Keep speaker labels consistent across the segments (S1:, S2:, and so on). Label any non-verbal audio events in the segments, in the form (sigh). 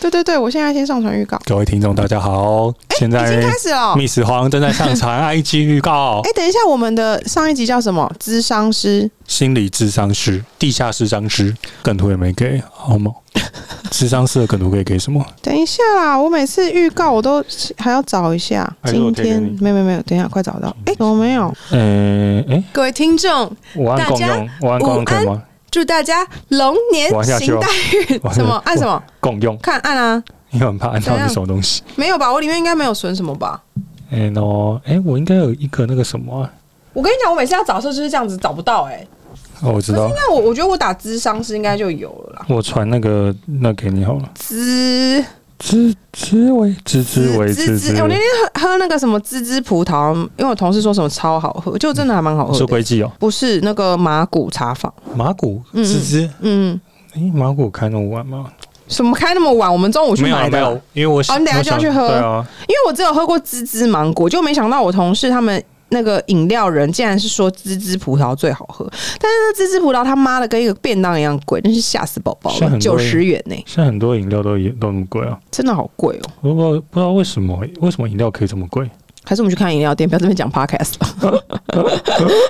S1: 对对对，我现在先上传预告，
S2: 各位听众，大家好，现
S1: 已经
S2: 在
S1: 开始了。
S2: Miss 黄正在上传 IG 预告，
S1: 哎、等一下，我们的上一集叫什么？智商师。
S2: 心理智商师、地下智商师，梗图也没给，好吗？智商师的梗图可以给什么？
S1: 等一下啦，我每次预告我都还要找一下。
S2: 还是我
S1: 今
S2: 贴给
S1: 天
S2: 你
S1: 没有没有没有，等一下快找到。哎、怎么没有？
S2: 嗯，哎，
S3: 各位听众，
S2: 我按共用，我按共用可以吗？
S3: 祝大家龙年
S2: 玩下去
S3: 行
S2: 哦
S3: 大运
S2: 玩！下去
S3: 什么按什么？
S2: 共用，
S3: 看按啊？
S2: 因为我很怕按到
S3: 怎
S2: 是
S3: 样
S2: 什么东西。
S3: 没有吧？我里面应该没有存什么吧？
S2: 哎喏，哎，我应该有一个那个什么啊，
S3: 我跟你讲，我每次要找的时候就是这样子找不到哎、
S2: 哦，我知道，
S3: 那我我觉得我打智商是应该就有了啦。
S2: 我传那个那给你好了，
S3: 滋
S2: 知知为知之为知
S3: 滋
S2: 之
S3: 滋，我那天喝喝那个什么滋滋葡萄，因为我同事说什么超好喝，就真的还蛮好喝
S2: 是
S3: 的。
S2: 规矩哦。
S1: 不是那个马古茶坊。
S2: 马古
S1: 嗯嗯
S2: 知之，
S1: 嗯，
S2: 哎，马古开那么晚吗？
S1: 什么开那么晚？我们中午去
S2: 没有啊
S1: 买
S2: 没
S1: 的。
S2: 有，因为我
S1: 哦你等一下就要
S2: 我想
S1: 去喝
S2: 对啊，
S1: 因为我只有喝过芝芝芒果，就没想到我同事他们那个饮料人竟然是说芝芝葡萄最好喝，但是那芝芝葡萄他妈的跟一个便当一样贵，真是吓死宝宝
S2: 是
S1: 了，
S2: 很贵
S1: 九十元呢、
S2: 现在很多饮料都也都那么贵啊。
S1: 真的好贵哦、
S2: 我不知道不知道为什么为什么饮料可以这么贵，
S1: 还是我们去看饮料店，不要这边讲 podcast 了 (laughs)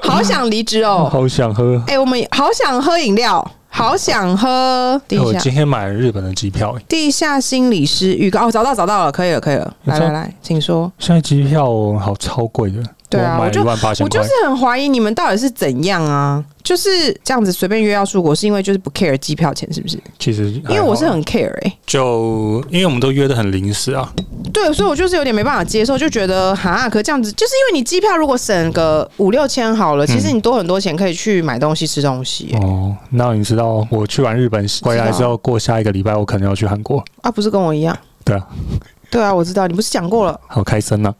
S1: 好想离职
S2: 我
S1: 哦！
S2: 好想喝。
S1: 哎、我们好想喝饮料，好想喝地
S2: 哎我
S1: 下
S2: 今天买了日本的机票、哎
S1: 地下心理师预告哦，找到找到了，可以了可以了，
S2: 你
S1: 来
S2: 说
S1: 来来，请说。
S2: 现在机票好超贵的，
S1: 对啊
S2: 我买
S1: 我
S2: 一
S1: 就
S2: 万八千
S1: 我
S2: 块
S1: 就。是很怀疑你们到底是怎样啊？就是这样子随便约要出国，是因为就是不 care 机票钱是不是？
S2: 其实因
S1: 因为我是很 care 哎、
S2: 就因为我们都约的很临时啊，
S1: 对，所以我就是有点没办法接受，就觉得哈，可这样子就是因为你机票如果省个五六千好了，其实你多很多钱可以去买东西吃东西欸、
S2: 嗯哦，那你知道我去完日本回来之后，过下一个礼拜我可能要去韩国，
S1: 啊，不是跟我一样？
S2: 对啊，
S1: 对啊，我知道你不是讲过了？
S2: 好开心啊，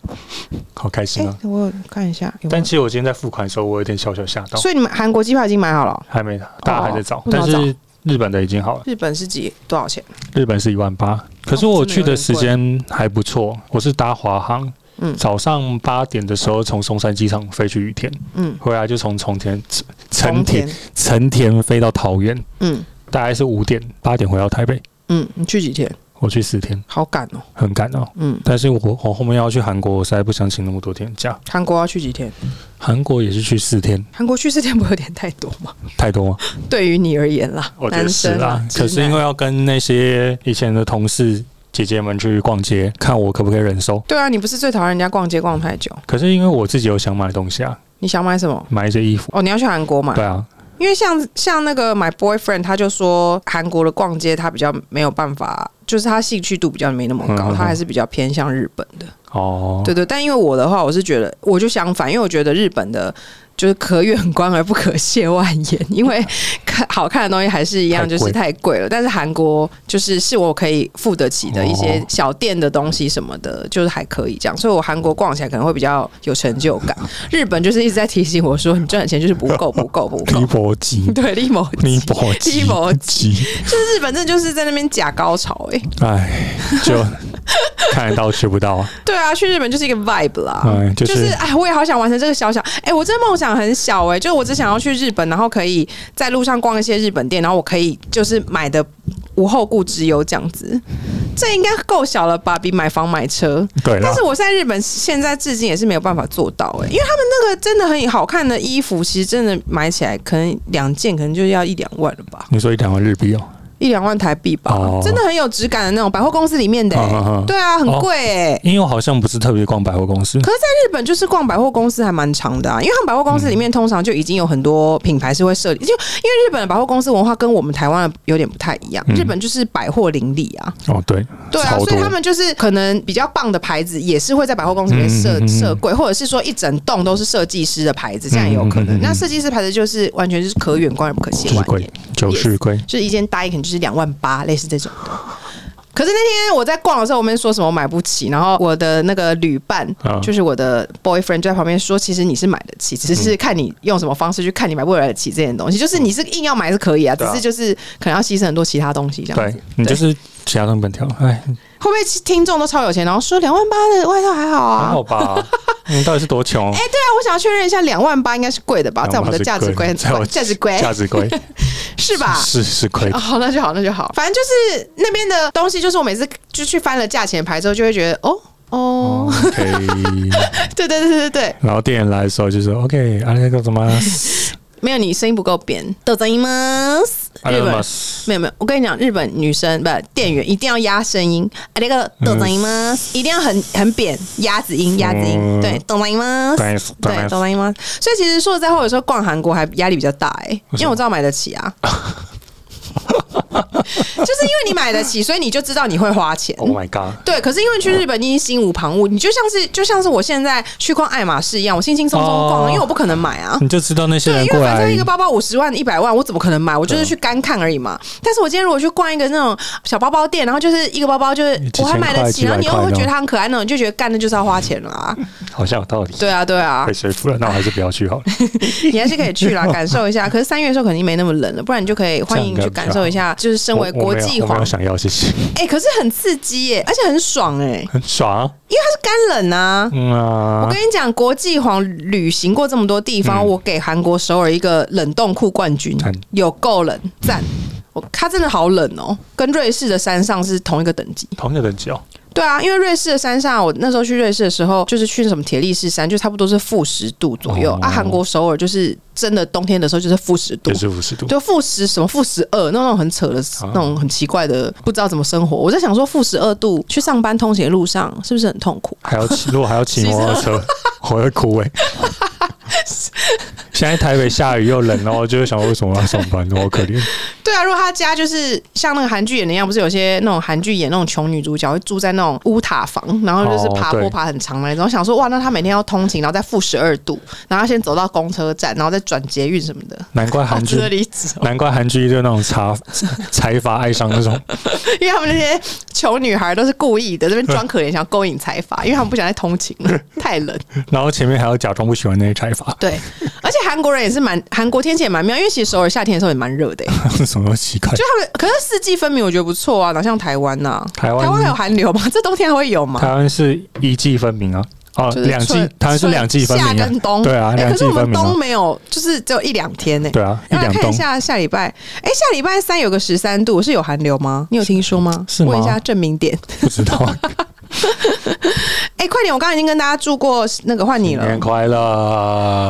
S2: 好开
S1: 哎、
S2: 心啊！
S1: 我有看一下有没
S2: 但
S1: 有
S2: 其实我今天在付款的时候，我有点小小吓到，
S1: 所以你们韩国机票已经买好了哦，
S2: 还没，大家还在找，
S1: 不知
S2: 但
S1: 道
S2: 是日本的已经好了，
S1: 日本是几多少钱？
S2: 日本是一万八，可是
S1: 哦
S2: 我
S1: 真的
S2: 去
S1: 有
S2: 的
S1: 点
S2: 时
S1: 贵
S2: 间还不错，我是搭华航，
S1: 嗯
S2: 早上八点的时候从松山机场飞去羽田，
S1: 嗯，
S2: 回来就从从田成成
S1: 丰
S2: 田
S1: 田，
S2: 成田飞到桃园，
S1: 嗯
S2: 大概是五点八点回到台北。
S1: 嗯，你去几天？
S2: 我去四天，
S1: 好赶哦，
S2: 很赶哦。
S1: 嗯，
S2: 但是我我后面要去韩国，我实在不想请那么多天假。
S1: 韩国要去几天？
S2: 韩国也是去四天，
S1: 韩国去四天不有点太多吗？ (laughs)
S2: 太多吗？
S1: 对于你而言啦，
S2: 我觉得
S1: 男
S2: 是
S1: 生啊
S2: 啦。
S1: 直
S2: 可是因
S1: 男
S2: 为要跟那些以前的同事姐姐们去逛街，看我可不可以忍受。
S1: 对啊，你不是最讨厌人家逛街逛太久？
S2: 可是因为我自己有想买的东西啊，
S1: 你想买什么？
S2: 买一些衣服。
S1: 哦，你要去韩国买
S2: 对，啊，
S1: 因为像像那个 my boyfriend，他就说韩国的逛街他比较没有办法，就是他兴趣度比较没那么
S2: 嗯
S1: 高，
S2: 嗯嗯
S1: 他还是比较偏向日本的。
S2: 哦，
S1: 对对，但因为我的话，我是觉得我就相反，因为我觉得日本的。就是可远观而不可亵玩焉，因 (laughs) 为看好看的东西还是一样，就是太贵了。但是韩国就是是我可以付得起的一些
S2: 哦
S1: 小店的东西什么的，就是还可以这样。所以我韩国逛起来可能会比较有成就感。日本就是一直在提醒我说，你赚的钱就是不够，不够，不 (laughs) 够
S2: 尼。泊基，
S1: 对，利某
S2: 尼泊基，
S1: 尼泊
S2: 基，
S1: 就是日本，这就是在那边假高潮哎、
S2: 哎，就看得到吃
S1: (laughs)
S2: 不到啊，
S1: 对啊，去日本就是一个 vibe 啦，
S2: 哎，就
S1: 就是是哎，我也好想完成这个小小哎、我这个梦想很小哎、就是我只想要去日本，然后可以在路上逛一些日本店，然后我可以就是买的无后顾之忧这样子，这应该够小了吧？比买房买车，
S2: 对啦
S1: 但是。我在日本现在至今也是没有办法做到哎、因为他们那个真的很好看的衣服，其实真的买起来可能两件可能就要一两万了吧，
S2: 你说一两万日币哦，
S1: 一两万台币吧，
S2: 哦
S1: 真的很有质感的那种百货公司里面的、
S2: 嗯
S1: 哎
S2: 嗯嗯
S1: 对啊，很贵哎、
S2: 因为我好像不是特别逛百货公司，
S1: 日本就是逛百货公司还蛮长的啊，因为他们百货公司里面通常就已经有很多品牌是会设立，就因为日本的百货公司文化跟我们台湾的有点不太一样，
S2: 嗯
S1: 日本就是百货林立啊，
S2: 哦，对，
S1: 对啊，
S2: 超多
S1: 所以他们就是可能比较棒的牌子也是会在百货公司里面设
S2: 嗯嗯嗯嗯
S1: 设柜，或者是说一整栋都是设计师的牌子，这样也有可
S2: 嗯嗯嗯
S1: 能
S2: 嗯。
S1: 那设计师牌子就是完全就是可远观而不可
S2: 就
S1: 亵
S2: 是
S1: 玩焉
S2: 贵。，九十贵，
S1: 就是一件大衣可能就是两万八，类似这种的。可是那天我在逛的时候，我们说什么我买不起，然后我的那个旅伴，
S2: 啊嗯
S1: 就是我的 boyfriend 就在旁边说，其实你是买得起，只是看你用什么方式去看你买不买得起这件东西。就是你是硬要买是可以啊，只
S2: 嗯对啊
S1: 是就是可能要牺牲很多其他东西这样
S2: 对啊
S1: 子。
S2: 你就是其他成本条，哎，
S1: 会不会听众都超有钱，然后说两万八的外套还好
S2: 还
S1: 啊 (laughs)
S2: 好？吧，嗯，到底是多穷哦？
S1: 对啊，我想要确认一下，两万八应该是贵的吧？在我们的价值观，
S2: 哎在我
S1: 价值观
S2: 价值观
S1: (laughs) 是吧？
S2: 是是亏
S1: 哦，好，那就好，那就好。反正就是那边的东西，就是我每次就去翻了价钱牌之后，就会觉得哦哦，
S2: OK，
S1: (laughs) 对对对对对，
S2: 然后店员来的时候就说 OK，阿里个什么，
S1: 没有你声音不够扁，豆子吗？
S2: 阿
S1: 日
S2: 里
S1: 本
S2: 个
S1: 没有没有，我跟你讲，日本女生不店员一定要压声音，啊那个豆子吗？一定要很很扁，鸭子音，鸭子音，
S2: 嗯
S1: 对，懂子吗？
S2: 对
S1: 对，懂我意思吗？所以其实说实在话，有时候逛韩国还压力比较大哎、
S2: 为什么
S1: 因为我知道买得起
S2: (laughs)
S1: 啊。就是因为你买得起，所以你就知道你会花钱。
S2: ，Oh my God，
S1: 对，可是因为去日本，你已经心无旁骛，你就像是就像是我现在去逛爱马仕一样，我轻轻松松逛，
S2: 哦
S1: 因为我不可能买 (laughs)
S2: (laughs)
S1: 啊。
S2: 你就知道那些
S1: 对，
S2: 人
S1: 因
S2: 过
S1: 为反
S2: 来嗯
S1: 正一个包包五十万、一百万，我怎么可能买？我就是去干看而已嘛。但是我今天如果去逛一个那种小包包店，然后就是一个包包，就是
S2: 几
S1: 我
S2: 千
S1: 还买得
S2: 块
S1: 起，然后你
S2: 几
S1: 又
S2: 百块
S1: 会觉得
S2: 那种
S1: 它很可爱那种，你就觉得干那就是要花钱了
S2: (laughs)
S1: 啊。
S2: 好像有道理，
S1: 对啊，对啊
S2: 被，说服了，那我还是不要
S1: (laughs)
S2: 去好了。
S1: 你还是可以去啦，感受一下。可是三月的时候肯定没那么冷了，不然你就可以欢迎去感受一下，就是身为
S2: 我我
S1: 国
S2: 没有
S1: 际
S2: 我没
S1: 皇
S2: 有，想要，谢谢，
S1: 哎、可是很刺激耶、而且很爽哎、
S2: (laughs) 很爽啊，
S1: 因为它是干冷啊。
S2: 嗯
S1: 我
S2: 啊
S1: 跟，你讲，国际皇旅行过这么多地方，
S2: 嗯
S1: 我给韩国首尔一个冷冻库冠军
S2: 赞，
S1: 有够冷，赞！我它真的好冷哦，跟瑞士的山上是同一个等级。
S2: 同一个等级哦，
S1: 对啊，因为瑞士的山上，我那时候去瑞士的时候，就是去什么铁力士山，就差不多是负十度左右、
S2: 哦
S1: 啊。韩国首尔就是真的冬天的时候就是负十度
S2: 也，是五十度，
S1: 就负十什么负十二，那种很扯的、
S2: 啊
S1: 那种很奇怪的，不知道怎么生活。我在想说，负十二度去上班通勤的路上是不是很痛苦？
S2: 还
S1: (laughs)
S2: 要骑，如果还要骑摩托车，我会哭哎。现在台北下雨又冷，然后我就会想为什么要上班，我好可怜。
S1: 对啊，如果他家就是像那个韩剧演的一样，不是有些那种韩剧演那种穷女主角会住在那种屋塔房，然后就是
S2: 哦
S1: 爬坡
S2: 对
S1: 爬很长的那种。我想说，哇，那他每天要通勤，然后再负十二度，然后先走到公车站，然后再转捷运什么的。
S2: 难怪
S1: 好
S2: 韩
S1: 值
S2: 剧
S1: 得离职哦，
S2: 难怪韩剧就那种茶 (laughs) 财阀爱上那种，
S1: 因为他们那些穷女孩都是故意的，这边装可怜，想要勾引财阀，因为他们不想再通勤了，太
S2: (laughs)
S1: 冷。
S2: 然后前面还要假装不喜欢那些财阀， (laughs)
S1: 对，而且韩国人也是蛮，韩国天气也蛮妙，因为其实首尔夏天的时候也蛮热的、欸，就
S2: 什么奇怪？
S1: 他们可是四季分明，我觉得不错啊，哪像台湾呐、
S2: 台
S1: 台湾还有
S2: 湾
S1: 寒流吗？ (laughs) 这冬天还会有吗？
S2: 台湾是一季分明啊，哦，
S1: 就是
S2: 两季
S1: 春
S2: 台湾是
S1: 春
S2: 两季分
S1: 夏
S2: 明
S1: 跟
S2: 啊，
S1: 冬，
S2: 对啊，
S1: 哎
S2: 两
S1: 可是
S2: 季
S1: 我
S2: 分
S1: 们
S2: 明啊
S1: 冬，没有，就是只有一两天呢、
S2: 对啊，一
S1: 要来
S2: 两
S1: 看一
S2: 冬
S1: 下下礼拜，哎、下礼拜三有个十三度，是有寒流吗？你有听说吗？
S2: 是吗
S1: 问一下证明点。
S2: 不知道。
S1: 哎、快点！我刚刚已经跟大家祝过那个 (laughs) 换你
S2: 新
S1: 了
S2: 年。快乐！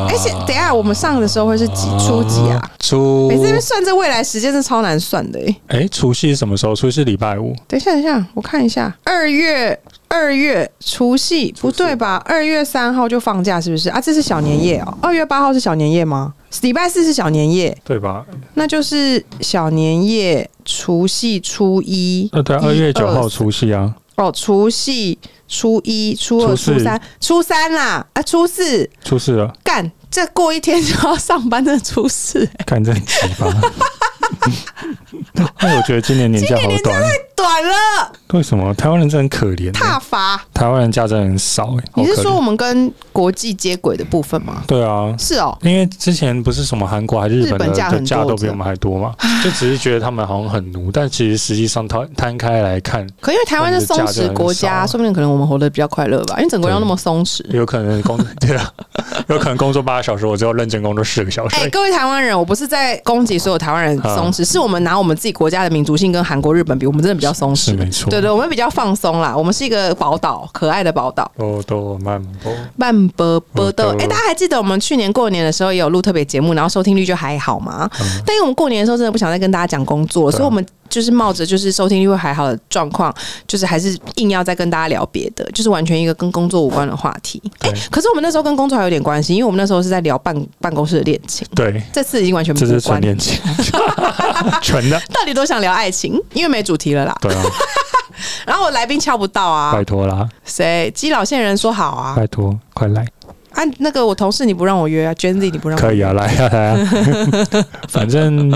S1: 而且、等一下我们上的时候会是几初几啊？
S2: 初
S1: 每次在算这未来时间是超难算的、哎，
S2: 哎，除夕是什么时候？除夕是礼拜五，
S1: 等一下，等一下，我看一下，二月二月除夕不对吧？二月三号就放假是不是啊？这是小年夜哦。二月八号是小年夜吗？礼拜四是小年夜，
S2: 对吧？
S1: 那就是小年夜、除夕、初一。
S2: 呃，对啊，
S1: 一
S2: 二月九
S1: 二
S2: 号除夕啊，
S1: 哦，除夕、初一、初二、
S2: 初四
S1: 初三、初三啦，啊，初四
S2: 初四了，
S1: 干，这过一天就要上班的初四、
S2: (laughs)
S1: 欸
S2: 看这很奇
S1: (laughs)
S2: 葩。那我觉得今年年假好短，
S1: 短了，
S2: 为什么台湾人真的很可怜欸？
S1: 踏伐。
S2: 台湾人假真的很少哎，好
S1: 你是
S2: 可
S1: 说
S2: 怜
S1: 我们跟国际接轨的部分吗？
S2: 对啊？
S1: 是哦，
S2: 因为之前不是什么韩国还是日本
S1: 日
S2: 的
S1: 本假很
S2: 的
S1: 多
S2: 假都比我们还多嘛，就只是觉得他们好像很奴，但其实实际上摊摊开来看，
S1: 可因为台湾是松弛国家，
S2: 我们的假就很少啊
S1: 说不定可能我们活得比较快乐吧，因为整个要那么松弛。
S2: 有可能工 (laughs) 对啊，有可能工作八个小时，我只有认真工作四个小时
S1: 哎、。各位台湾人，我不是在攻击所有台湾人松
S2: 啊
S1: 弛，是我们拿我们自己国家的民族性跟韩国、日本比，我们真的比较松
S2: 是
S1: 弛。
S2: 没错
S1: 对对，我们比较放松啦，我们是一个宝岛，可爱的宝岛。
S2: 多多慢
S1: (laughs)
S2: 波，
S1: 慢波波豆，
S2: 波豆
S1: 哎、大家还记得我们去年过年的时候也有录特别节目，然后收听率就还好嘛。但因为我们过年的时候真的不想再跟大家讲工作，
S2: 嗯对啊
S1: 所以我们就是冒着就是收听率会还好的状况，就是还是硬要再跟大家聊别的，就是完全一个跟工作无关的话题。哎、
S2: 对
S1: 可是我们那时候跟工作还有点关系，因为我们那时候是在聊办办公室的恋情，
S2: 对，
S1: 这次已经完全
S2: 这
S1: 无
S2: 是纯
S1: 关。
S2: 恋情， (laughs) 纯的，
S1: 到底多想聊爱情，因为没主题了啦。
S2: 对啊，
S1: 然后我来宾敲不到啊
S2: 拜，托啦，
S1: 谁基佬线人说好啊，
S2: 拜托，快来，
S1: 啊，那个我同事你不让我约啊，Jenny 你不让我
S2: 可以啊，来
S1: (laughs)
S2: 啊，来啊，反正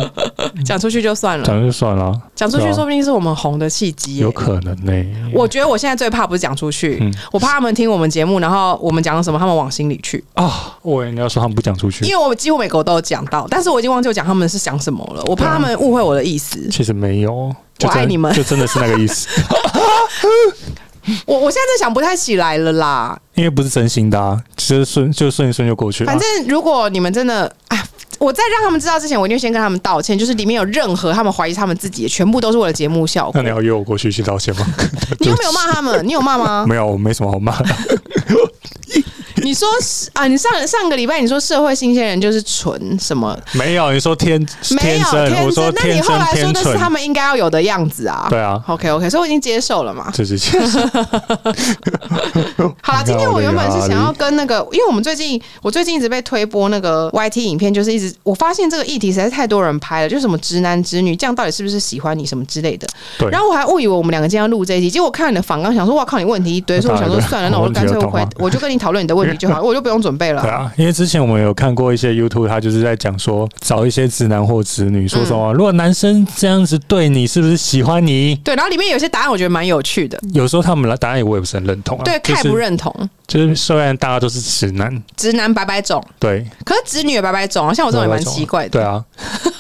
S1: 讲出去就算了。
S2: 讲就
S1: (laughs)
S2: 算了，
S1: 讲出去
S2: 对啊
S1: 说不定是我们红的契机耶、
S2: 有可能呢。
S1: 我觉得我现在最怕不是讲出去，
S2: 嗯
S1: 我怕他们听我们节目，然后我们讲了什么，他们往心里去。
S2: 啊，我以为你要说他们不讲出去，
S1: 因为我几乎每个我都有讲到，但是我已经忘记我讲他们是讲什么了，我
S2: 嗯
S1: 怕他们误
S2: (laughs)
S1: 会我的意思。
S2: 其实没有，就
S1: 我爱
S2: 真
S1: 你们 (laughs)
S2: 就真的是那个意思。
S1: 我我现在真的想不太起来了啦。
S2: 因为不是真心的、啊，其实顺就顺一顺就过去了、啊
S1: 反正如果你们真的啊，我在让他们知道之前，我一定会先跟他们道歉。就是里面有任何他们怀疑他们自己的，全部都是为了节目效果
S2: 那你。要约我过去去道歉
S1: (laughs)
S2: 吗？
S1: 你有没有骂他们？你有骂吗？
S2: 没有，我没什么好骂的。 (laughs)
S1: 你说是啊？你上上个礼拜你说社会新鲜人就是纯什么？
S2: 没有，你说天
S1: 没
S2: 天
S1: 有
S2: 真，我说
S1: 那你
S2: 天
S1: 后
S2: 真
S1: 来说
S2: 天
S1: 的是他
S2: 纯，
S1: 们应该要有的样子啊。
S2: 对啊，
S1: OK OK，所以我已经接受了嘛。
S2: 这是 (laughs) 其实
S1: 好啦，
S2: 你看
S1: 今天
S2: 我
S1: 我
S2: 的
S1: 原本是
S2: 压
S1: 想要
S2: 力
S1: 跟那个，因为我们最近我最近一直被推播那个 YT 影片，就是一直我发现这个议题实在是太多人拍了，就是什么直男直女这样到底是不是喜欢你什么之类的。
S2: 对
S1: 然后我还误以为我们两个今天要录这一集，结果看到你的访纲，想说哇靠，你问题一堆，所以我想
S2: (laughs)
S1: 说
S2: 当然
S1: 算了，那我就干脆
S2: 我问题有
S1: 回
S2: 懂，
S1: 我就跟你讨论你的问题就好，我就不用准备了
S2: (laughs) 对。啊，因为之前我们有看过一些 YouTube，他就是在讲说找一些直男或直女，说什
S1: 嗯
S2: 么、如果男生这样子对你，是不是喜欢你？
S1: 对，然后里面有些答案我觉得蛮有趣的，
S2: 有时候他们的答案我也不是很认同啊。
S1: 对，
S2: 就
S1: 太
S2: 是
S1: 不认同，
S2: 就是虽然大家都是直男，
S1: 直男白白种，
S2: 对，
S1: 可是直女也白白种啊，像我这种也蛮奇怪的。
S2: 对啊，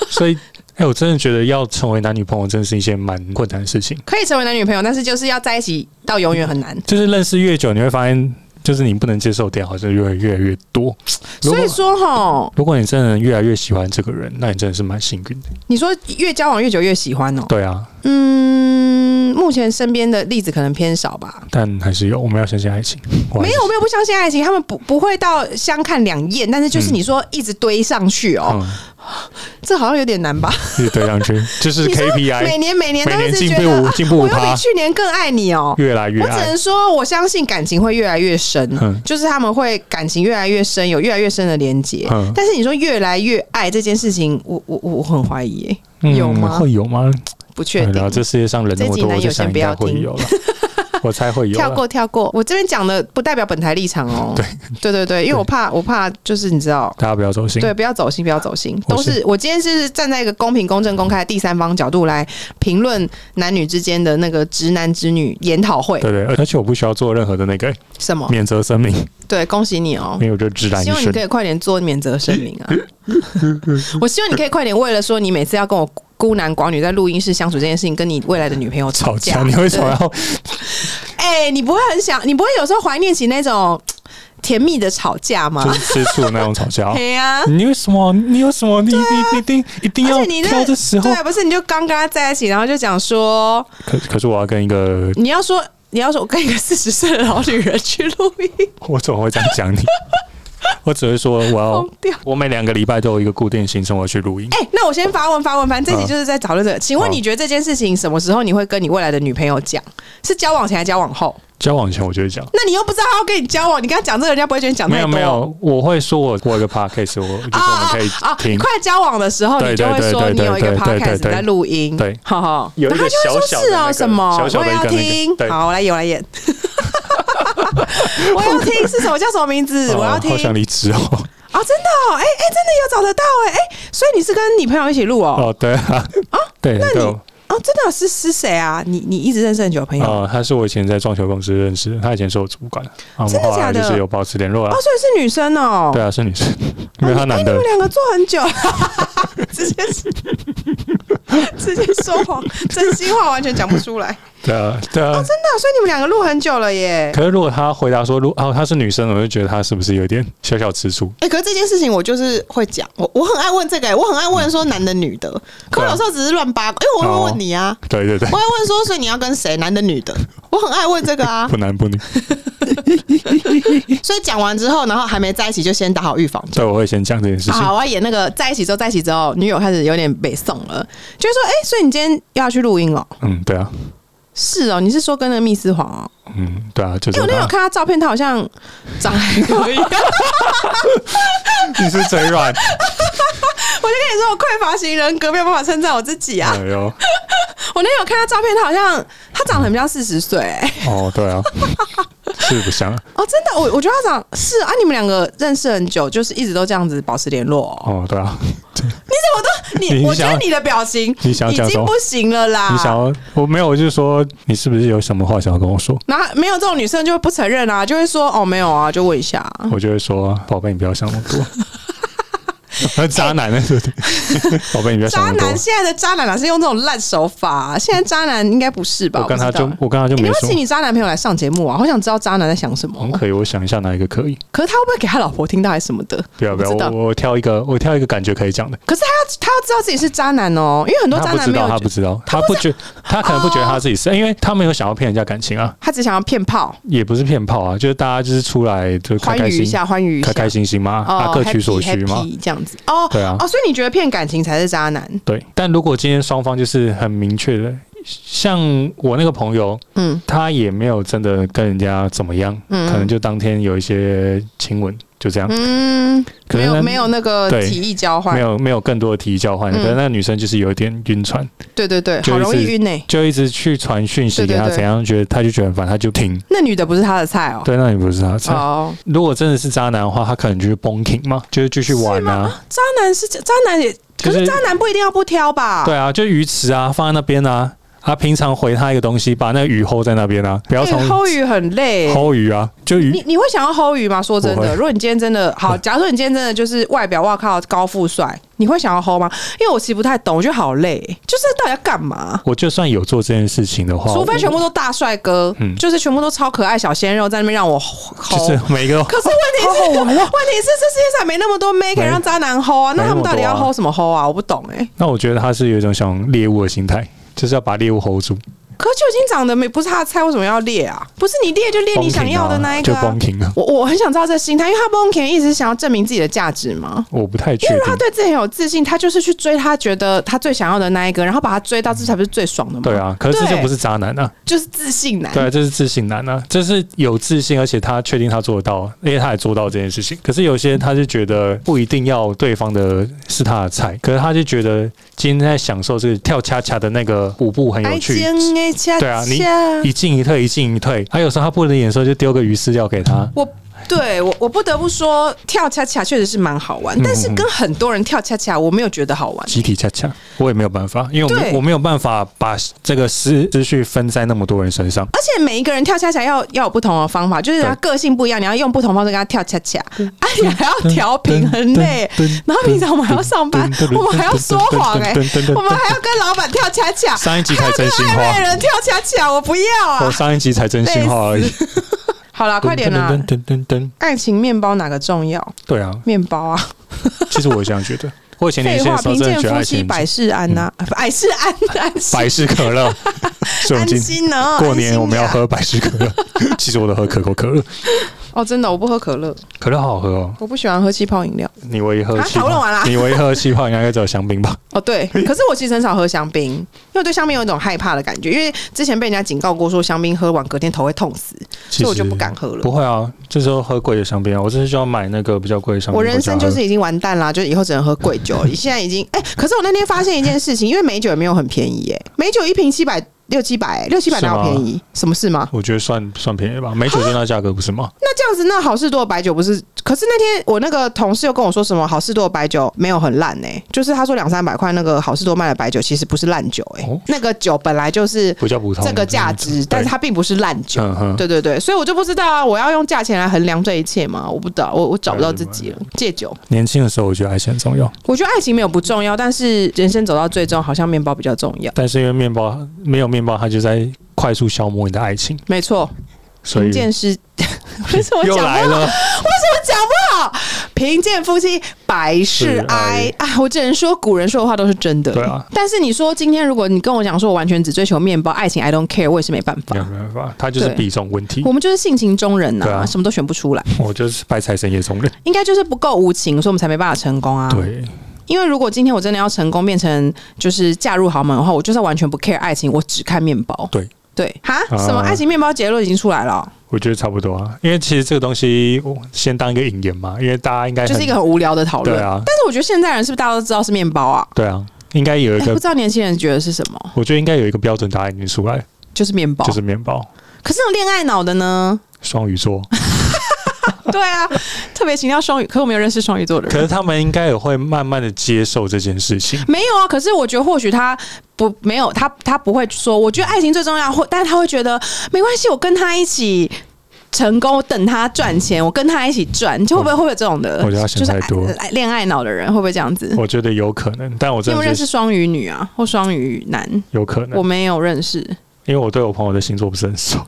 S2: 所以
S1: (laughs)
S2: 哎、我真的觉得要成为男女朋友，真的是一件蛮困难的事情。
S1: 可以成为男女朋友，但是就是要在一起到永远很难。
S2: 就是认识越久，你会发现，就是你不能接受点好像越越来越多。如
S1: 所
S2: 果
S1: 以说吼，
S2: 如果你真的越来越喜欢这个人，那你真的是蛮幸运的。
S1: 你说越交往越久越喜欢哦？
S2: 对啊，
S1: 嗯，目前身边的例子可能偏少吧。
S2: 但还是有，我们要相信爱情。我还
S1: 没
S2: 是
S1: 有，我没有不相信爱情，他们不不会到相看两厌，但是就是你说一直堆上去哦，
S2: 嗯，
S1: 这好像有点难吧？
S2: 一直堆上去，就是
S1: 你说
S2: KPI，
S1: 每年每年
S2: 每
S1: 都一
S2: 年
S1: 直
S2: 进
S1: 觉
S2: 步
S1: 得、啊、
S2: 进步
S1: 我
S2: 五
S1: 又比
S2: 趴，
S1: 去年更爱你哦。
S2: 越来越
S1: 我只
S2: 爱
S1: 能。说，我相信感情会越来越深，
S2: 嗯
S1: 就是他们会感情越来越深，有越来越深的连接。
S2: 嗯
S1: 但是你说越来越爱这件事情，我我我我很怀疑耶、有吗
S2: 嗯、会有吗？
S1: 不确
S2: 然后
S1: 定。
S2: 哎啊这世界上人那么
S1: 这集
S2: 多，
S1: 男
S2: 我
S1: 友
S2: 就
S1: 先
S2: 想
S1: 不
S2: 应
S1: 要
S2: 该会
S1: 听
S2: 有了，我猜会有啊
S1: 跳
S2: 了。
S1: 过跳过，我这边讲的不代表本台立场
S2: (laughs)
S1: 哦。对对对对，因为我怕我怕就是你知道，
S2: 大家不要走心。
S1: 对，不要走心，不要走心，
S2: 我
S1: 都
S2: 是
S1: 是我今天是站在一个公平、公正、公开的第三方角度来评论男女之间的那个直男直女研讨会。
S2: 对对，而且我不需要做任何的那个哎
S1: 什么？
S2: 免责声明，
S1: 对，恭喜你哦
S2: 因。为我就直男一
S1: 希望你
S2: 生
S1: 可。以快点做免责声明啊！ (laughs) 我希望你可以快点，为了说你每次要跟我孤男寡女在录音室相处这件事情，跟你未来的女朋友
S2: 吵
S1: 架
S2: 架，，你为什么
S1: 对
S2: 要？
S1: 哎、你不会很想，你不会有时候怀念起那种甜蜜的吵架吗。
S2: 就？是哦吃醋的那种吵架
S1: (laughs) 对呀、
S2: 你为什么？你有什么？你你一定一定要
S1: 啊而且你那
S2: 挑这时候
S1: 对，？啊不是你就刚跟他在一起，然后就讲说，
S2: 可可是我要跟一个，
S1: 你要说你要说我跟一个四十岁的老女人去录音，
S2: 我怎么会这样讲你？ (laughs) 我只会说我要
S1: 疯掉，
S2: 我每两个礼拜都有一个固定行程，我要去录音。
S1: 哎、那我先发问发问，反正这集就是在讨论这个。请问
S2: 好
S1: 你觉得这件事情什么时候你会跟你未来的女朋友讲？是交往前还是交往后？
S2: 交往前我就会讲，
S1: 那你又不知道他要跟你交往，你跟他讲这个，人家不会觉得你讲
S2: 没
S1: 太
S2: 有
S1: 多。
S2: 没有，我会说我我有一个 podcast，我就是我们可以
S1: 啊！你
S2: 听。
S1: 快交往的时候，
S2: 对
S1: 你就会
S2: 对对
S1: 说
S2: 对
S1: 你有一个
S2: 对对对
S1: podcast
S2: 对
S1: 在录音，
S2: 对
S1: 好好，
S2: 有一
S1: 然后
S2: 个
S1: 他就会说
S2: 小小
S1: 是
S2: 的
S1: 哦
S2: 那个
S1: 什么，
S2: 小小
S1: 我
S2: 的
S1: 也
S2: 一
S1: 要
S2: 个那个
S1: 听，
S2: 对
S1: 好，我来演，我来演，我要听是什么叫什么名字？
S2: 哦
S1: 我要听
S2: 好想离职哦！
S1: 啊！真的哦，哎哎，真的有找得到哎哎，所以你是跟你朋友一起录哦？
S2: 哦，对啊，对
S1: 那你
S2: 对，
S1: 哦，真的哦是是谁啊？你你一直认识很久的朋友哦，
S2: 啊，他是我以前在撞球公司认识的，他以前是我主管，啊，我
S1: 真
S2: 们
S1: 的
S2: 后
S1: 假
S2: 来就
S1: 的
S2: 是有保持联络啊。
S1: 哦所以是女生哦，
S2: 对啊，是女生，因为
S1: 哦
S2: 他男
S1: 哎你
S2: 的
S1: 们两个做很久， (laughs) 直接直接说谎，真心话完全讲不出来。哦
S2: 对啊，对啊。
S1: 真的，所以你们两个录很久了耶。
S2: 可是如果他回答说，如哦她是女生，我就觉得她是不是有点小小吃醋？
S1: 哎、可是这件事情我就是会讲，我我很爱问这个、我很爱问说男的女的，可
S2: 啊
S1: 我有时候只是乱八卦，因为我会问你啊，
S2: 对对对
S1: 我，会问说，所以你要跟谁，男的女的，我很爱问这个
S2: (laughs)
S1: 啊
S2: 不，男不女。
S1: 所以讲完之后，然后还没在一起就先打好预防针。
S2: 对，我会先讲这件事情。
S1: 好，啊我要演那个在一起之后，在一起之后，女友开始有点北宋了，就是说，哎、所以你今天要去录音哦？
S2: 嗯，对啊，
S1: 是哦，你是说跟那个密斯皇哦？
S2: 嗯，对啊，就
S1: 因为
S2: 是
S1: 哎我那天有
S2: 他。
S1: 看他照片，他好像长得还可
S2: (laughs)
S1: 以。
S2: 你是嘴
S1: (laughs)
S2: 软，
S1: 我就跟你说，我匮乏型人格没有办法称赞我自己啊。
S2: 哎呦，
S1: 我那天有看他照片，他好像他长得很像四十岁欸
S2: 哦，对啊，是不像
S1: 哦，真的，我我觉得他长是啊，你们两个认识很久，就是一直都这样子保持联络、哦。
S2: 哦，对啊。
S1: 你怎么都你，
S2: (laughs) 你
S1: 我觉
S2: 想
S1: 得你的表情
S2: 你想要
S1: 已
S2: 讲什
S1: 经
S2: 么
S1: 不行了啦。
S2: 你想要我没有，我就说你是不是有什么话想要跟我说？
S1: 然后没有这种女生就会不承认啊，就会说哦没有啊，就问一下啊。
S2: (laughs) 我就会说，宝贝，你不要想那么多。渣男呢？对不对？宝贝，你不要想
S1: 渣
S2: 那么多
S1: 男。现在的渣男哪是用这种烂手法、啊？现在渣男应该不是吧？
S2: 我跟
S1: 不
S2: 他
S1: 知道
S2: 就我跟他就
S1: 欸你
S2: 没
S1: 要
S2: 说嗯
S1: 请。你渣男朋友来上节目啊！好想知道渣男在想什么
S2: 好像。可以，我想一下哪一个可以。
S1: 可是他会不会给他老婆听到还是什么的？
S2: 不要不要，
S1: 知道
S2: 啊我我挑一个，我挑一个感觉可以讲的。
S1: 可是他要他要知道自己是渣男哦，因为很多渣
S2: 他不
S1: 男
S2: 知
S1: 没有
S2: 道，他
S1: 觉
S2: 不知道，他不觉，他可能不觉得他自己是，因为他没有想要骗人家感情啊，
S1: 他只想要骗炮，
S2: 也不是骗炮啊，就是大家就是出来就开
S1: 欢
S2: 开
S1: 愉一
S2: 心，
S1: 下，欢愉一下，
S2: 开开心心嘛，
S1: 哦，
S2: 啊，各取所需嘛
S1: happy，happy 这样子。哦
S2: 对啊
S1: 哦，所以你觉得骗感情才是渣男？
S2: 对。但如果今天双方就是很明确的，像我那个朋友，
S1: 嗯
S2: 他也没有真的跟人家怎么样，
S1: 嗯
S2: 可能就当天有一些亲吻，就这样，
S1: 嗯，
S2: 可
S1: 没
S2: 能
S1: 有
S2: 那
S1: 没有那个
S2: 对
S1: 提议交换
S2: 没，有没有更多的提议交换，
S1: 嗯
S2: 可能那个女生就是有一点晕船，
S1: 对对对，
S2: 就
S1: 好容易
S2: 一直
S1: 晕呢、欸
S2: 就一直去传讯息
S1: 对
S2: 给
S1: 对
S2: 他，
S1: 对
S2: 怎样觉得他就觉得很烦，他就停。
S1: 那女的不是他的菜哦。
S2: 对，那也不是他的菜。
S1: 哦，
S2: 如果真的是渣男的话，他可能就是崩停嘛，就是继续玩啊，
S1: 渣男是渣男也，
S2: 就
S1: 可
S2: 是
S1: 是渣男不一定要不挑吧？
S2: 对啊，就鱼池啊，放在那边啊。他平常回他一个东西，把那个鱼 hold 在那边啊，不要
S1: 哎，
S2: 从
S1: 齁鱼很累。
S2: hold 鱼啊，就
S1: 你
S2: 鱼
S1: 你会想要齁鱼吗？说真
S2: 不会
S1: 的，如果你今天真的好，假如说你今天真的就是外表，哇靠，高富帅，你会想要齁吗？因为我其实不太懂，我觉得好累，就是到底要干嘛？
S2: 我就算有做这件事情的话，
S1: 除非
S2: 我
S1: 全部都大帅哥，
S2: 嗯
S1: 就是全部都超可爱小鲜肉在那边让我齁。
S2: 就是每个
S1: 可是问题是，问题是这世界上没那么多妹可以
S2: 没
S1: 让渣男齁啊，那
S2: 没那
S1: 他
S2: 么
S1: 们到底要
S2: 多啊
S1: 齁什么齁啊？我不懂哎、
S2: 那我觉得他是有一种想猎物的心态，就是要把猎物 hold 住，
S1: 可是就已经长得没不是他的菜，为什么要裂啊？不是你裂就裂
S2: 崩
S1: 你想
S2: 停
S1: 要
S2: 啊
S1: 的那一
S2: 就
S1: 个、啊
S2: 崩。停了。
S1: 我我很想知道这心态，因为他崩田一直想要证明自己的价值嘛。
S2: 我不太确
S1: 因为
S2: 定
S1: 他，对自己很有自信，他就是去追他觉得他最想要的那一个，然后把他追到，这才不是最爽的吗？
S2: 对，啊，可是这就
S1: 对
S2: 不是
S1: (laughs)
S2: 渣男啊，
S1: 就是自信男。
S2: 对啊，这是自信男啊，这是有自信，而且他确定他做得到，而且他也做到这件事情。可是有些人他就觉得不一定要对方的是他的菜，可是他就觉得今天在享受这个跳恰恰的那个舞步很有
S1: 爱
S2: 趣，
S1: 情爱恰
S2: 对啊你
S1: 恰
S2: 一进一退，一进一退。他有时候他不能演的时候就丢个鱼饲料给他，
S1: 我对我我不得不说，跳恰恰确实是蛮好
S2: 嗯
S1: 玩，但是跟很多人跳恰恰，我没有觉得好玩。
S2: 集体恰恰，我也没有办法，因为我
S1: 对
S2: 没我没有办法把这个思思绪分在那么多人身上。
S1: 而且每一个人跳恰恰要要有不同的方法，就是他个性不一样，你要用不同方式跟他跳恰恰，啊，你还要调频，很
S2: 嗯
S1: 累。然后平常我们还要上班，我们还要说谎哎、我们还要跟老板跳恰恰，
S2: 上一集
S1: 还
S2: 才
S1: 要跟
S2: 真心
S1: 暧昧
S2: 话，
S1: 人跳恰恰，我不要
S2: 我
S1: 啊！
S2: 上一集才真心话而已。
S1: 好啦，快点啊啦！
S2: 噔噔噔噔，
S1: 爱情面包哪个重要？
S2: 对啊，
S1: 面包啊！
S2: 其实我也这样
S1: (laughs)
S2: 觉得。我以前年
S1: 废
S2: 轻
S1: 话
S2: 的，时候
S1: 贫
S2: 真
S1: 贱
S2: 的觉得
S1: 夫
S2: 哎爱
S1: 妻
S2: 情嗯
S1: 百事安呐、啊，百事安安心
S2: 百事可乐，所以我
S1: 安
S2: 们今
S1: 心呢？
S2: 过年我们要
S1: 啊安心呀
S2: 喝百事
S1: (laughs)
S2: 可乐。其实我都喝可口可乐，
S1: 哦，真的我不喝可乐，
S2: 可乐好喝哦。
S1: 我不喜欢喝气泡饮料。
S2: 你唯一喝
S1: 啊
S2: 气
S1: 讨论完
S2: 泡
S1: 啦，
S2: 你唯一喝气泡应该只有香槟吧？
S1: 哦，
S2: (laughs)
S1: 对，可是我其实很少喝香槟，因为我对香槟有一种害怕的感觉，因为之前被人家警告过说香槟喝完隔天头会痛死，
S2: 其
S1: 所以我就
S2: 实
S1: 不敢喝了
S2: 不。会啊，这时候喝贵的香槟啊，我这次就要买那个比较贵的香槟。
S1: 我人生
S2: 回家
S1: 就
S2: 喝
S1: 是已经完蛋啦，就以后只能喝贵酒
S2: (laughs)
S1: 了。现在已经哎、可是我那天发现一件事情，因为美酒也没有很便宜耶、美酒一瓶七百六七百，六七百哪有便宜？什么事吗？
S2: 我觉得算算便宜吧，美酒就那价格不是吗？
S1: 那这样子，那好事多的白酒不是？可是那天我那个同事又跟我说什么好事多的白酒没有很烂呢、就是他说两三百块那个好事多卖的白酒其实不是烂酒哎、
S2: 哦
S1: 那个酒本来就是
S2: 比较普通
S1: 这个价值，但是它并不是烂酒。
S2: 嗯哼，
S1: 对对对，所以我就不知道啊，我要用价钱来衡量这一切吗？我不知道，我我找不到自己了。戒酒，
S2: 年轻的时候我觉得爱情很重要，
S1: 我觉得爱情没有不重要，但是人生走到最终，好像面包比较重要。
S2: 但是因为面包没有面包，它就在快速消磨你的爱情，
S1: 没错，
S2: 所
S1: 贫
S2: 以
S1: 贱是， (laughs) 为什么
S2: 又
S1: 讲不
S2: 来
S1: 好？
S2: 了。
S1: 讲不好，贫贱夫妻百事哀啊！我只能说，古人说的话都是真的。
S2: 哎对啊，
S1: 但是你说今天如果你跟我讲说，我完全只追求面包、爱情，I don't care，我也是没办法
S2: 没有。办法，他就是
S1: 对
S2: 比重问题。
S1: 我们就是性情中人呐、
S2: 对啊
S1: 什么都选不出来，
S2: 我就是拜财神爷中人，
S1: 应该就是不够无情，所以我们才没办法成功啊。
S2: 对，
S1: 因为如果今天我真的要成功变成就是嫁入豪门的话，我就是要完全不 care 爱情，我只看面包。
S2: 对
S1: 对，哈，
S2: 啊
S1: 什么爱情面包结论已经出来了哦，
S2: 我觉得差不多啊。因为其实这个东西，我先当一个引言嘛，因为大家应该
S1: 就是一个
S2: 很
S1: 很无聊的讨论。
S2: 哎对啊
S1: 但是我觉得现在人是不是大家都知道是面包啊？
S2: 对啊，应该有一
S1: 哎
S2: 个
S1: 不知，道年轻人觉得是什么，
S2: 我觉得应该有一个标准答案已经出来，
S1: 就是面包。
S2: 就是面包，
S1: 可是那种恋爱脑的呢？
S2: 双鱼
S1: (laughs)
S2: 座。
S1: 对
S2: (laughs)
S1: 啊，特别强调双鱼，可我没有认识双鱼座的
S2: 可
S1: 人。
S2: 是他们应该也会慢慢的接受这件事情。
S1: 没有啊，可是我觉得或许他不没有他他不会说，我觉得爱情最重要，或但是他会觉得没关系，我跟他一起成功等他赚钱，我跟他一起赚，就会不会会不会有这种的？
S2: 我觉得他想太多
S1: 就是爱恋爱脑的人会不会这样子？
S2: 我觉得有可能，但我
S1: 你有
S2: 真
S1: 没有认
S2: 的
S1: 识
S2: 是
S1: 双鱼女啊，或双鱼男？
S2: 有可能
S1: 我，没有认识，
S2: 因为我对我朋友的星座不是很熟。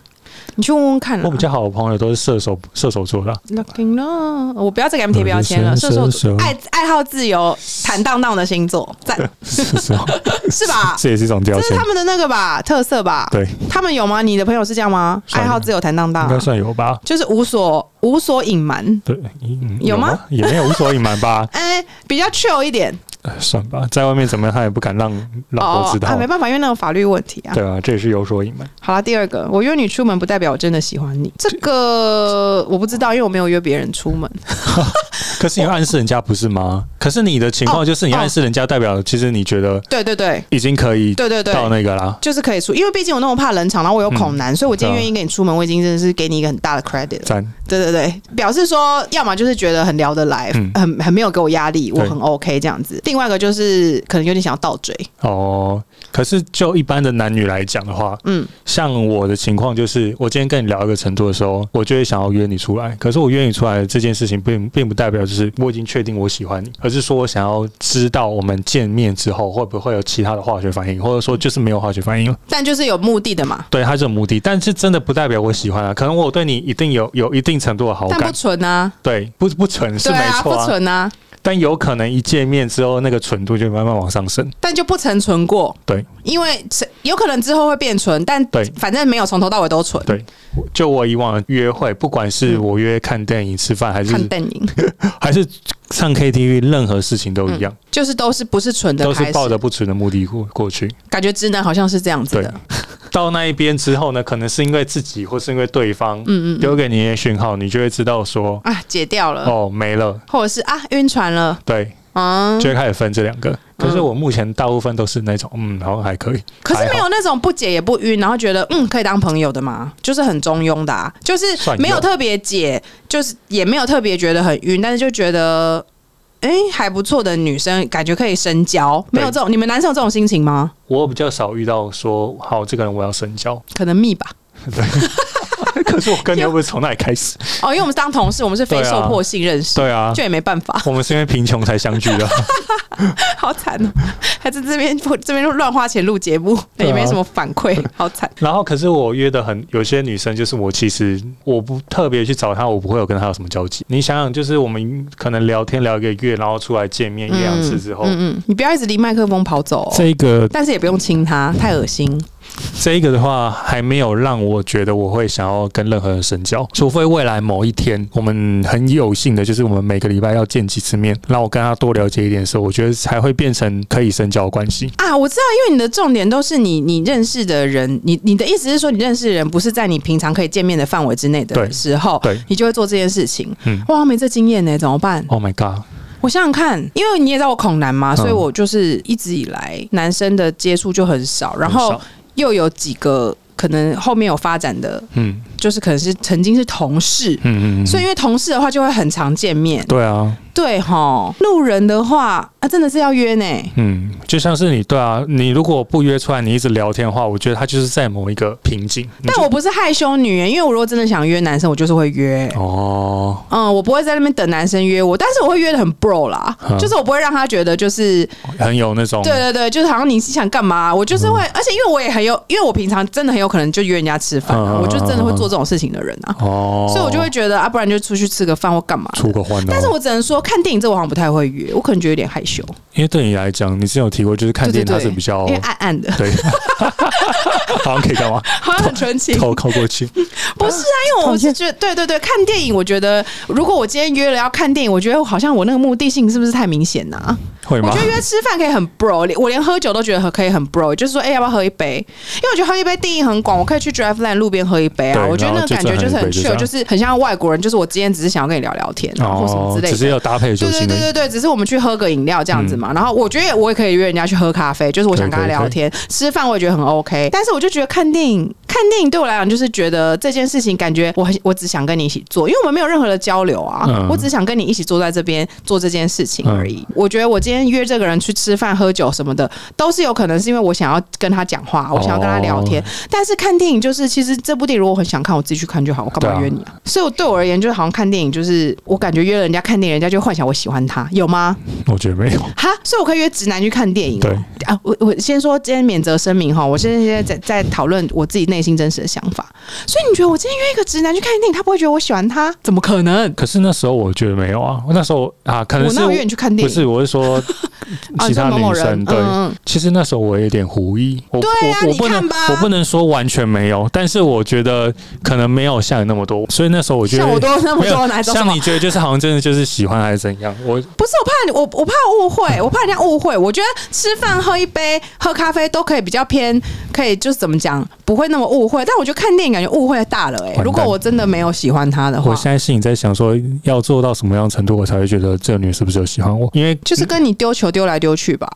S1: 你去问问看、啊。
S2: 我比较好的朋友都是射手，射手座
S1: (laughs)
S2: 的啊，
S1: Looking love，我不要再给他们贴标签了。射手座爱爱好自由、坦荡荡的星座，在
S2: 是是哦，
S1: 是吧？
S2: (laughs) 这也是一种标
S1: 这是
S2: 签
S1: 他，们的那个吧特色吧？
S2: 对，
S1: 他们有吗？你的朋友是这样吗？
S2: 算
S1: 爱
S2: 了
S1: 好自由、坦荡荡
S2: 应
S1: 啊、
S2: 该算有吧？
S1: 就是无所无所隐瞒。
S2: 对，嗯
S1: 有吗？，
S2: 也没有无所隐瞒吧 (laughs)
S1: 哎、比较 chill 一点
S2: 呃算吧，在外面怎么样，他也不敢让老婆知
S1: 啊，
S2: 道
S1: 没。办法，因为那种法律问题啊。
S2: 对啊，这也是有所隐瞒。
S1: 好了，第二个，我约你出门不代表我真的喜欢你，这个我不知道，因为我没有约别人出
S2: (laughs)
S1: 门。
S2: 可是你暗示人家不是吗？可是你的情
S1: 哦
S2: 况就是你暗示人家，代表其实你觉得
S1: 对对对
S2: 已经可以
S1: 对对对，
S2: 到那个啦。
S1: 就是可以出，因为毕竟我那么怕冷场，然后我有恐男，所以我今天
S2: 对啊
S1: 愿意跟你出门，我已经真的是给你一个很大的 credit 了。
S2: 赞，
S1: 对对对，表示说，要么就是觉得很聊得来，
S2: 嗯
S1: 很很没有给我压力，我
S2: 对
S1: 很 OK 这样子。另外一个就是可能有点想要倒追，
S2: 哦，可是就一般的男女来讲的话，
S1: 嗯，
S2: 像我的情况就是，我今天跟你聊一个程度的时候，我就会想要约你出来。可是我约你出来这件事情并，并不代表就是我已经确定我喜欢你，而是说我想要知道我们见面之后会不会有其他的化学反应，或者说就是没有化学反应了。
S1: 但就是有目的的嘛，
S2: 对，它是有目的，但是真的不代表我喜欢啊。可能我对你一定有有一定程度的好
S1: 但不
S2: 感，
S1: 纯啊，
S2: 对，不不纯是
S1: 对
S2: 没
S1: 啊，
S2: 错
S1: 不
S2: 啊，
S1: 纯啊，
S2: 但有可能一见面之后，那个纯度就慢慢往上升。
S1: 但就不曾纯过，
S2: 对，
S1: 因为是有可能之后会变纯，但
S2: 对
S1: 反正没有从头到尾都纯。
S2: 对就我以往的约会，不管是我约看电影、吃饭，还是
S1: 嗯看电
S2: (laughs)
S1: 影
S2: 还是唱 KTV，任何事情都一样，
S1: 就是都是不是纯的
S2: 都
S1: 开
S2: 是
S1: 始，
S2: 抱着不纯的目的过过去。
S1: 感觉直男好像是这样子的
S2: 对，到那一边之后呢，可能是因为自己或是因为对方
S1: 嗯嗯嗯，
S2: 丢给你一些讯号，你就会知道说，
S1: 啊，解掉了，
S2: 哦，没了，
S1: 或者是啊晕船了，
S2: 对，
S1: 嗯，
S2: 就会开始分这两个。可是我目前大部分都是那种，嗯，好像还可以，
S1: 可是
S2: 还好
S1: 没有那种不解也不晕，然后觉得嗯可以当朋友的嘛，就是很中庸的、啊，就是
S2: 算有
S1: 没有特别解，就是也没有特别觉得很晕，但是就觉得哎、还不错的女生，感觉可以深交，没有这种你们男生有这种心情吗？
S2: 我比较少遇到说，好，这个人我要深
S1: (laughs)
S2: 交。
S1: 可能密吧，
S2: 可是我跟你又不是从那里开始，
S1: 哦，因为我们是当同事，我们是非
S2: 对啊
S1: 受迫性认识，
S2: 对啊
S1: 就。也没办法， (laughs)
S2: 我们是因为贫穷才相聚的，
S1: 好惨
S2: (laughs)
S1: 哦、还在这边这边乱花钱录节目，
S2: 对啊
S1: 也没什么反馈， (laughs) 好惨。
S2: 然后可是我约的很有些女生，就是我其实我不特别去找她，我不会有跟她有什么交集。你想想，就是我们可能聊天聊一个月，然后出来见面一两次之后，
S1: 嗯嗯，你不要一直离麦克风跑走、哦，
S2: 这个
S1: 但是也不用亲他，太恶心。
S2: 这一个的话，还没有让我觉得我会想要跟任何人深交，除非未来某一天我们很有幸的，就是我们每个礼拜要见几次面，让我跟她多了解一点的时候，我觉得才会变成可以深交的关系。
S1: 啊，我知道，因为你的重点都是你你认识的人，你你的意思是说，你认识的人不是在你平常可以见面的范围之内的
S2: 对
S1: 时候，
S2: 对
S1: 你就会做这件事情。
S2: 嗯
S1: 哇，没这经验呢，怎么办？
S2: ，Oh my god！
S1: 我想想看，因为你也知道我恐男嘛，
S2: 嗯
S1: 所以我就是一直以来男生的接触就很少，然
S2: 很
S1: 后
S2: 少
S1: 又有几个可能后面有发展的，
S2: 嗯
S1: 就是可能是曾经是同事。
S2: 嗯嗯嗯，
S1: 所以，因为同事的话就会很常见面，
S2: 对啊，
S1: 对哈。路人的话，啊，真的是要约呢。
S2: 嗯，就像是你对啊，你如果不约出来，你一直聊天的话，我觉得他就是在某一个瓶颈。你
S1: 但
S2: 就
S1: 我不是害羞女欸人，因为我如果真的想约男生，我就是会约。
S2: 哦，
S1: 嗯，我不会在那边等男生约我，但是我会约的很 bro 啦，
S2: 嗯哦
S1: 就是我不会让他觉得就是
S2: 很有那种
S1: 对对对，就是好像你是想干嘛，我就是会，而且因为我也很有，因为我平常真的很有可能就约人家吃饭啊、
S2: 嗯嗯嗯
S1: 我就真的会做这种事情的人啊，
S2: 哦，
S1: 所以我就会觉得啊，不然就出去吃个饭或干嘛的
S2: 出个换哦。
S1: 但是我只能说，看电影这我好像不太会约，我可能觉得有点害羞，
S2: 因为对你来讲，你之前有提过，就是看
S1: 对对
S2: 电影它
S1: 对，
S2: 是比较
S1: 因为暗暗的， (laughs)
S2: 对，好像可以干嘛？
S1: 好像很纯情，
S2: 偷靠过去，
S1: 不是啊，因为我是觉得，对对对，看电影，我觉得如果我今天约了要看电影，我觉得好像我那个目的性是不是太明显呐、
S2: 会
S1: 我
S2: 吗
S1: 觉？得约吃饭可以很 bro，连我连喝酒都觉得很可以很 bro，就是说，哎、要不要喝一杯？因为我觉得喝一杯定义很广，我可以去 drive land 路边喝一杯啊，
S2: 对
S1: 我觉得那个感觉就是很
S2: 然后就这
S1: chill，
S2: 样
S1: 就是很像外国人，就是我今天只是想要跟你聊聊天啊，或什么之类
S2: 哦只是
S1: 的。
S2: 要搭配酒
S1: 对对
S2: 精的
S1: 对对对，只是我们去喝个饮料这样子嘛。然后我觉得我也可以约人家去喝咖啡，就是我想跟他聊天、吃饭，我也觉得很 OK。但是我就觉得看电影看电影对我来讲，就是觉得这件事情，感觉我很我只想跟你一起做，因为我们没有任何的交流啊，
S2: 嗯
S1: 我只想跟你一起坐在这边做这件事情而已。我觉得我今天约这个人去吃饭、喝酒什么的，都是有可能是因为我想要跟他讲话，我想要跟他聊天。但是看电影就是，其实这部电影如果我很想看，我自己去看就好，我干嘛
S2: 对啊
S1: 约你啊？所以我对我而言，就是好像看电影，就是我感觉约了人家看电影，人家就幻想我喜欢他，有吗？
S2: 我觉得没有，
S1: 哈，所以我可以约直男去看电影、哦。
S2: 对
S1: 啊，我我先说今天免责声明哈，我现在现在在在讨论我自己内心真实的想法。所以你觉得我今天约一个直男去看电影，他不会觉得我喜欢他？怎么可能？
S2: 可是那时候我觉得没有啊，我那时候啊，可能
S1: 我
S2: 是
S1: 哪有约你去看
S2: 不
S1: 电影？
S2: 是，我是说
S1: (laughs) 啊，
S2: 其
S1: 你说
S2: 他
S1: 某
S2: 女
S1: 某人
S2: 生，对，
S1: 嗯，嗯
S2: 其实那时候我有点狐疑，我
S1: 对啊
S2: 我我
S1: 你
S2: 不能
S1: 看吧
S2: 我不能说完全没有，但是我觉得可能没有像你那么多，所以那时候我觉得
S1: 像我多那么
S2: 没有
S1: 多哪种什
S2: 像
S1: 么？
S2: 你觉得就是好像真的就是喜欢还是怎样？我
S1: 不是我怕你，我我怕误会，我怕人家误会。我觉得吃饭、喝一杯、喝咖啡都可以比较偏，可以就是怎么讲，不会那么误会。但我觉得看电影感觉误会大了哎、
S2: 完蛋
S1: 如果我真的没有喜欢他的
S2: 我
S1: 话，
S2: 现在心里在想说，要做到什么样的程度，我才会觉得这个女是不是有喜欢我？因为
S1: 就是跟你丢球丢来丢去
S2: (laughs)
S1: 吧，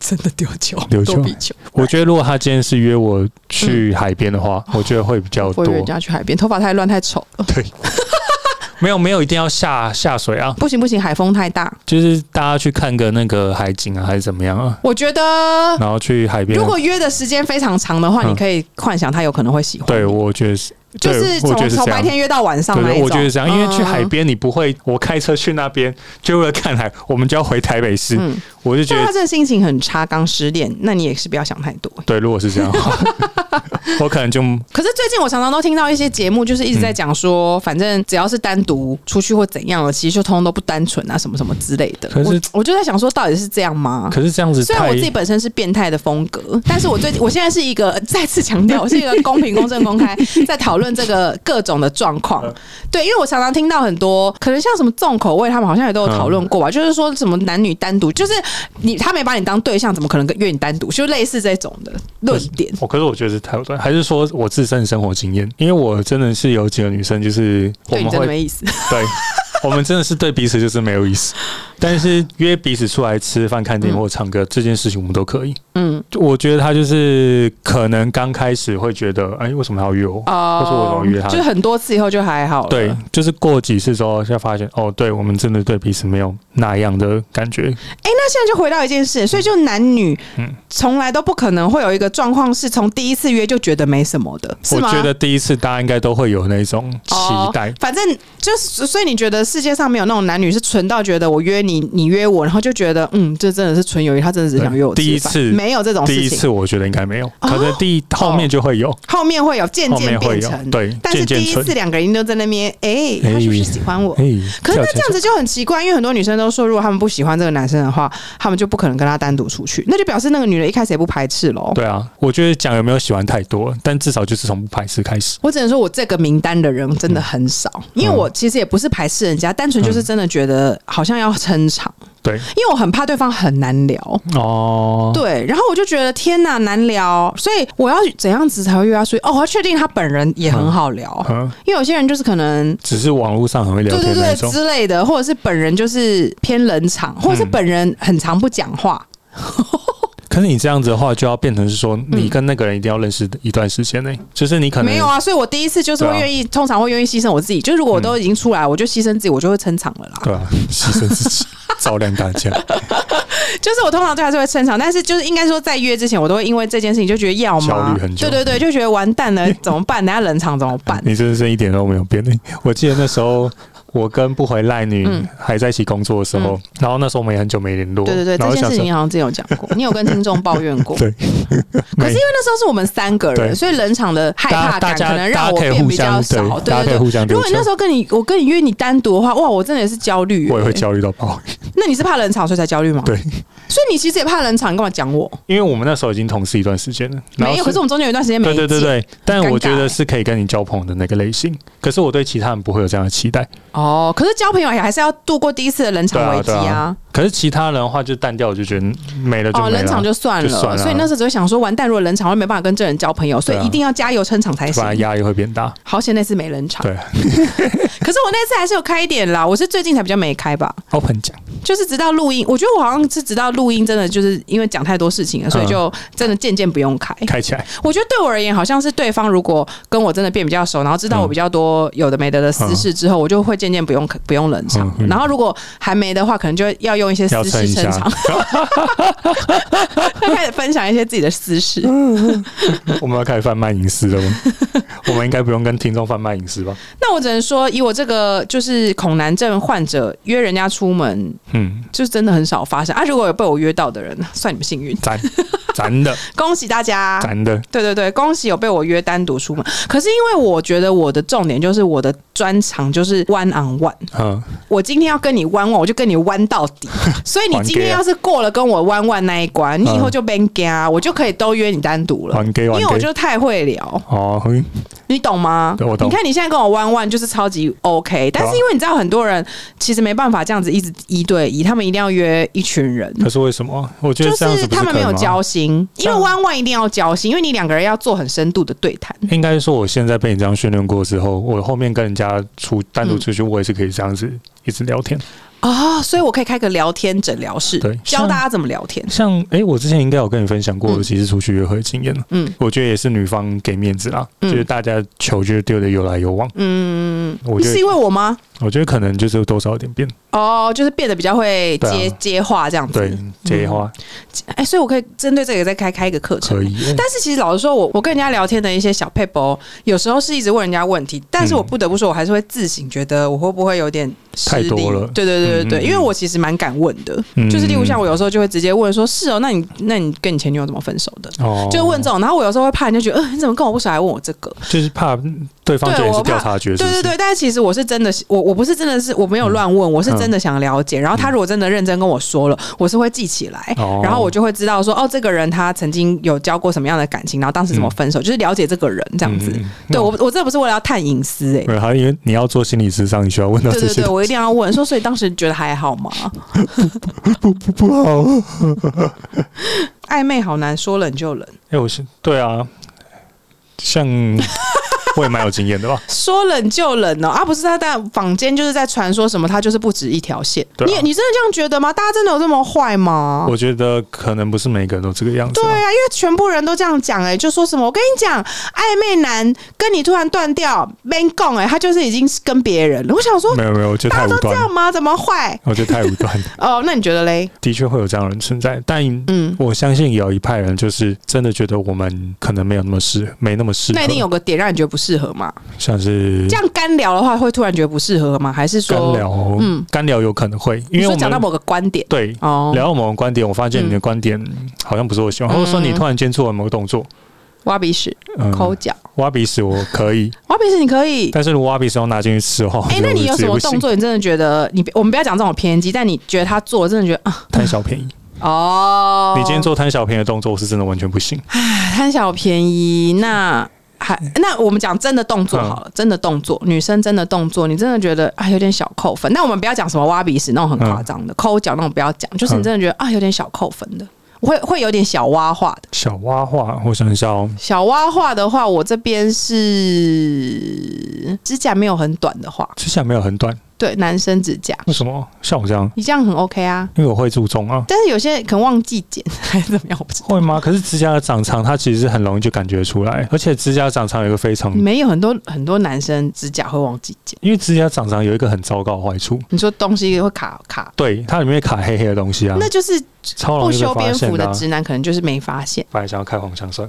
S1: 真的丢球，
S2: 丢球
S1: 多比球。
S2: 我觉得如果她今天是约我
S1: 嗯
S2: 去海边的话，我觉得会比较
S1: 不会。
S2: 多
S1: 人家去海边，头发太乱太丑了，
S2: 没有没有，一定要下下水啊，
S1: 不行不行，海风太大。
S2: 就是大家去看个那个海景啊，还是怎么样啊？
S1: 我觉得
S2: 然后去海边
S1: 呃如，果约的时间非常长的话，
S2: 嗯
S1: 你可以幻想他有可能会喜欢。
S2: 对，我觉得是，
S1: 就
S2: 对
S1: 是
S2: 我觉
S1: 从
S2: 得是
S1: 从
S2: 这
S1: 白
S2: 样。
S1: 天约到晚上那一
S2: 对，
S1: 种。
S2: 我觉得这样，因为去
S1: 嗯
S2: 海。边你不会，我开车去那边就为了看海，我们就要回台北市，
S1: 嗯，
S2: 我就觉
S1: 但
S2: 得
S1: 他真的心情很差，刚失恋，那你也是不要想太多。
S2: 对，如果是
S1: (laughs)
S2: 这样的话，我可能就嗯
S1: 可是最近我常常都听到一些节目，就是一直在讲说，反正只要是单独出去或怎样的，其实就通通都不单纯啊，什么什么之类的。
S2: 可是
S1: 我我就在想说，到底是这样吗？
S2: 可是这样子
S1: 虽然
S2: 太
S1: 我自己本身是变态的风格，但是我最我现在是一个再次强调，我是一个公平、公正、公
S2: (laughs)
S1: 开，在讨论这个各种的状况。
S2: 嗯
S1: 对，因为我常常听到很多，可能像什么重口味，他们好像也都有讨
S2: 嗯
S1: 论过吧，就是说什么男女单独，就是你他没把你当对象，怎么可能跟约你单独？就类似这种的论
S2: 嗯
S1: 点。
S2: 哦我可是我觉得是太有段，还是说我自身生活经验，因为我真的是有几个女生，就是我
S1: 对
S2: 们
S1: 你真的
S2: 会
S1: 没意思，
S2: 对，我们真的是对彼此就是没有
S1: (laughs)
S2: 意思，但是约彼此出来吃饭、看电
S1: 嗯
S2: 影或唱歌、这件事情，我们都可以。
S1: 嗯，
S2: 我觉得他就是可能刚开始会觉得，哎，为什么要约我？
S1: 哦
S2: 或是我怎么约他
S1: 就是很多次以后就还好了。
S2: 对，就是过几次之后，才发现哦，对我们真的对彼此没有那样的感觉。
S1: 哎、那现在就回到一件事，所以就男女
S2: 嗯
S1: 从来都不可能会有一个状况是从第一次约就觉得没什么的，是
S2: 我
S1: 吗？
S2: 觉得第一次大家应该都会有那种期待，
S1: 哦、反正就是，所以你觉得世界上没有那种男女是纯到觉得我约你，你约我，然后就觉得嗯，这真的是纯友谊，他真的只是想约我
S2: 对第一
S1: 吃饭
S2: 次
S1: 没有这种
S2: 第一
S1: 哦事情，
S2: 次我觉得应该没有，可能第一后面就会有，
S1: 后面会有渐
S2: 后
S1: 渐
S2: 面会
S1: 变
S2: 有
S1: 成，，
S2: 对，
S1: 但是
S2: 渐
S1: 第
S2: 渐
S1: 一
S2: 存
S1: 次。两个人都在那边，哎、
S2: 哎
S1: 他是不是喜欢我？
S2: 哎，
S1: 可是那
S2: 跳起
S1: 这
S2: 来
S1: 样子就很奇怪，因为很多女生都说，如果他们不喜欢这个男生的话，他们就不可能跟他单独出去，那就表示那个女人一开始也不排斥喽。
S2: 对啊，我觉得讲有没有喜欢太多，但至少就是从不排斥开始。
S1: 我只能说，我这个名单的人真的很少，因为我其实也不是排斥人家，单纯就是真的觉得好像要撑场，
S2: 对，
S1: 因为我很怕对方很难聊。
S2: 哦，
S1: 对，然后我就觉得天呐，难聊，所以我要怎样子才会约他出去？哦，我要确定他本人也很好聊，
S2: 嗯，
S1: 因为有些人就是可能
S2: 只是网络上很会聊
S1: 对对
S2: 天那
S1: 对
S2: 种，
S1: 之类的，或者是本人就是偏冷场，
S2: 嗯
S1: 或者是本人很常不讲话。
S2: 可是你这样子的话，就要变成是说，你跟那个人一定要认识一段时间内，就是你可能
S1: 嗯
S2: 啊
S1: 没有啊，所以我第一次就是会
S2: 对啊
S1: 愿意，通常会愿意牺牲我自己。就如果我
S2: 嗯
S1: 都已经出来，我就牺牲自己，我就会撑场了啦。
S2: (laughs) 对啊，牺牲自己， (laughs) 照亮大家。
S1: 就是我通常对还是会撑场，但是就是应该说在约之前，我都会因为这件事情就觉得要
S2: 焦
S1: 吗
S2: 虑很？久
S1: 对对对，就觉得完蛋
S2: (laughs)
S1: 了，怎么办？等下冷场怎么办？
S2: 你真的是一点都没有变。我记得那时候我跟不回赖女还在一起工作的时候，然后那时候我们也很久没联
S1: 嗯
S2: 络，
S1: 对对对，
S2: 然
S1: 这
S2: 后
S1: 件
S2: 想
S1: 事
S2: 说
S1: 情啊好像之前有讲过，你有跟听众抱怨过。
S2: 对
S1: 可是
S2: (laughs) 没
S1: 因为那时候是我们三个人，
S2: 对
S1: 所以冷场的害
S2: 大
S1: 怕
S2: 家大
S1: 感
S2: 家
S1: 可能让
S2: 大
S1: 我
S2: 家可以
S1: 变
S2: 互
S1: 比较
S2: 相
S1: 少。
S2: 对，大
S1: 对
S2: 家可以
S1: 对
S2: 互
S1: 对。
S2: 相
S1: 如
S2: 丢
S1: 果你
S2: 球
S1: 那时。候跟你我跟你约你单独的话，哇，我真的也是焦虑、
S2: 我也会
S1: 欸
S2: 焦虑到爆，
S1: 那你是怕冷场所以才焦虑吗？
S2: 对。
S1: 所以你其实也怕冷场，你干嘛讲我？
S2: 因为我们那时候已经同事一段时间了。然后
S1: 没有，可是我们中间有一段时间没
S2: 对对对
S1: 见
S2: 对，但
S1: 尴尬
S2: 我觉
S1: 欸
S2: 得是可以跟你交朋友的那个类型。可是我对其他人不会有这样的期待。
S1: 哦，可是交朋友也还是要度过第一次的冷场危机
S2: 对啊对啊可是其他人的话就淡掉，我就觉得没啊了就
S1: 哦，
S2: 没了，
S1: 冷场就算了，
S2: 就算了
S1: 所以那时候只会想说，完蛋，如果冷场，我就没办法跟这人交朋友，所
S2: 对
S1: 以
S2: 啊
S1: 一定要加油撑场才
S2: 不然
S1: 行。
S2: 压力会变大。
S1: 好险那次没冷场，
S2: 对
S1: 可是我那次还是有开一点啦，我是最近才比较没开吧，
S2: ，open 讲，
S1: 就是直到录音，我觉得我好像是直到录音，真的就是因为讲太多事
S2: 嗯
S1: 情了，所以就真的渐渐不用开。
S2: 开起来，
S1: 我觉得对我而言，好像是对方如果跟我真的变比较熟，然后知道我比较多有的没的的私事之后，我就会渐渐不用不用冷场。
S2: 嗯嗯嗯
S1: 然后如果还没的话，可能就要用一些私
S2: (laughs) 要撑
S1: 事
S2: 一
S1: 撑
S2: 下。
S1: 场，会开始分享一些自己的私事。
S2: (laughs) 嗯我们要开始贩卖隐私 (laughs) 了吗？我们应该不用跟听众贩卖隐私吧？
S1: 那我只能说，以我这个就是恐男症患者，约人家出门
S2: 嗯，
S1: 就是真的很少发生啊。如果有被我约到的人，算你们幸运，
S2: 咱咱 (laughs) 的
S1: 恭喜大家。
S2: 咱的，
S1: 对对对，恭喜有被我约单独出门。可是因为我觉得我的重点就是我的专长就是 one on one。
S2: 嗯，
S1: 我今天要跟你弯弯，我就跟你弯到
S2: (laughs)
S1: 底。所以你今天要是过了跟我弯弯那一关，
S2: 嗯
S1: 你以后就 ban 啊，我就可以都约你单独了。
S2: 还给
S1: 因
S2: 还
S1: 为我
S2: 给。
S1: 就太会聊，
S2: 哦，嘿
S1: 你懂吗？
S2: 对我懂啊
S1: 你看你现在跟我弯弯就是超级 OK，但是因为你知道很多人其实没办法这样子一直一对一，他们一定要约一群人。
S2: 可是为什么？我觉
S1: 就
S2: 得这样子
S1: 是
S2: 不
S1: 他们没有
S2: 可以吗啊
S1: 交心，因为弯弯一定要交心，因为你两个人要做很深度的对谈。
S2: 应该说，我现在被你这样训练过之后，我后面跟人家出单独出去，我也是可以这样子一直聊天。
S1: 啊、所以我可以开个聊天诊疗室
S2: 哦对，
S1: 教大家怎么聊天。
S2: 像诶，我之前应该有跟你分享过
S1: 嗯
S2: 我几次出去约会的经验了。
S1: 嗯
S2: 我觉得也是女方给面子啦，
S1: 嗯
S2: 就是大家球就是丢的有来有往。
S1: 嗯，
S2: 我啊觉
S1: 是
S2: 得，
S1: 因为我吗？
S2: 我觉得可能就是多少有点变，
S1: 哦，就是变得比较会接、
S2: 对啊
S1: 接话这样子。
S2: 对，这些话
S1: 哎、所以我可以针对这个再开开一个课程。
S2: 可以。
S1: 但是其实老实说，我我跟人家聊天的一些小 p a 有时候是一直问人家问题，但是
S2: 嗯
S1: 我不得不说，我还是会自省，觉得我会不会有点失
S2: 太多
S1: 礼
S2: 了
S1: 对对对对对，
S2: 嗯嗯嗯
S1: 因为我其实蛮敢问的，
S2: 嗯
S1: 就是例如像我有时候就会直接问说：“是哦，那你那你跟你前女友怎么分手的？”
S2: 哦，
S1: 就问这种，然后我有时候会怕人家觉得，嗯、你怎么跟我不熟还问我这个？
S2: 就是怕对方觉得
S1: 对
S2: 你
S1: 我
S2: 是
S1: 怕
S2: 调查局，是
S1: 对
S2: 不
S1: 对
S2: 是？
S1: 对，但是其实我是真的，我我不是真的是我没有乱问，我是真的想了解。然后他如果真的认真跟我说了，我是会记起来，
S2: 嗯哦
S1: 然后我就会知道说，哦，这个人他曾经有交过什么样的感情，然后当时怎么分手，就是了解这个人这样子。
S2: 嗯
S1: 对我，我这不是为了要探隐私哎、
S2: (laughs) 对，还因为你要做心理咨商，你需要问到
S1: 对
S2: 这
S1: 对
S2: 些
S1: 对，，我一定要问说，所以当时觉得还好吗？
S2: (laughs) 不好。 (laughs)
S1: 暧昧好难，说冷就冷，
S2: 哎、我是对啊，像我也蛮有经验的
S1: (laughs)
S2: 吧？
S1: 说冷就冷哦啊！不是他在坊间就是在传说什么，他就是不止一条线。
S2: 对啊
S1: 你你真的这样觉得吗？大家真的有这么坏吗？
S2: 我觉得可能不是每个人都这个样子啊、
S1: 啊对啊，因为全部人都这样讲哎、就说什么我跟你讲，暧昧男跟你突然断掉，man 讲哎，他就是已经是跟别人了。我想说，
S2: 没有没有，我觉得
S1: 大
S2: 太
S1: 家都
S2: 无
S1: 这
S2: 端
S1: 样
S2: 了，
S1: 吗？怎么坏？
S2: 我觉得太无端
S1: (laughs)
S2: 了，
S1: 哦，那你觉得嘞？
S2: 的确会有这样的人存在，但
S1: 嗯，
S2: 我相信有一派人就是真的觉得我们可能没有那么适，没那么适合，
S1: 那一定有个点让你觉得不适合嘛？
S2: 像是
S1: 这样干聊的话，会突然觉得不适合吗？还是
S2: 干
S1: 说，
S2: 聊，
S1: 嗯
S2: 干聊有可能会，
S1: 你
S2: 因为
S1: 说
S2: 我
S1: 讲到
S2: 们
S1: 某个观点
S2: 对。
S1: 哦，
S2: 聊到某个观点，我发现你的观点好像不是我喜
S1: 嗯
S2: 欢，或者说你突然间做了某个动作，
S1: 挖鼻屎、
S2: 嗯，
S1: 抠脚、
S2: 挖鼻屎我
S1: (laughs)
S2: 可以，
S1: 挖鼻屎你可以。
S2: 但是如果挖鼻屎要拿进去吃的话，
S1: 哎、
S2: 我觉得
S1: 那
S2: 我
S1: 你
S2: 就
S1: 有
S2: 直
S1: 什
S2: 接
S1: 么
S2: 不行
S1: 动作？你真的觉得你，我们不要讲这种偏激，但你觉得他做，真的觉得啊，
S2: 贪小便宜？
S1: 哦，
S2: 你今天做贪小便宜的动作，我是真的完全不行。
S1: 贪小便宜，那还那我们讲真的动作
S2: 嗯
S1: 好了，真的动作，女生真的动作，你真的觉得啊有点小扣分。那我们不要讲什么挖鼻屎那种很
S2: 嗯
S1: 夸张的，抠脚那种不要讲，就是你真的觉得啊有点小扣分的，我会会有点小挖化的。
S2: 小蛙化，我想一下哦，
S1: 小挖化的话，我这边是指甲没有很短的话，
S2: 指甲没有很短，
S1: 对，男生指甲，
S2: 为什么像我这样？
S1: 你这样很 OK 啊。
S2: 因为我会注重啊，
S1: 但是有些人可能忘记剪 (laughs) 还是怎么样，我不知道。
S2: 会吗？可是指甲的长长，它其实很容易就感觉出来，而且指甲长长有一个非常，
S1: 没有很多很多男生指甲会忘记剪，
S2: 因为指甲长长有一个很糟糕的坏处，
S1: 你说东西会卡卡
S2: 对，它里面会卡黑黑的东西啊，
S1: 那就是
S2: 超容
S1: 不
S2: 易被
S1: 修
S2: 发
S1: 边
S2: 现
S1: 幅的
S2: 啊。
S1: 直男可能就是没发现， (laughs)
S2: 本来想要开黄腔算，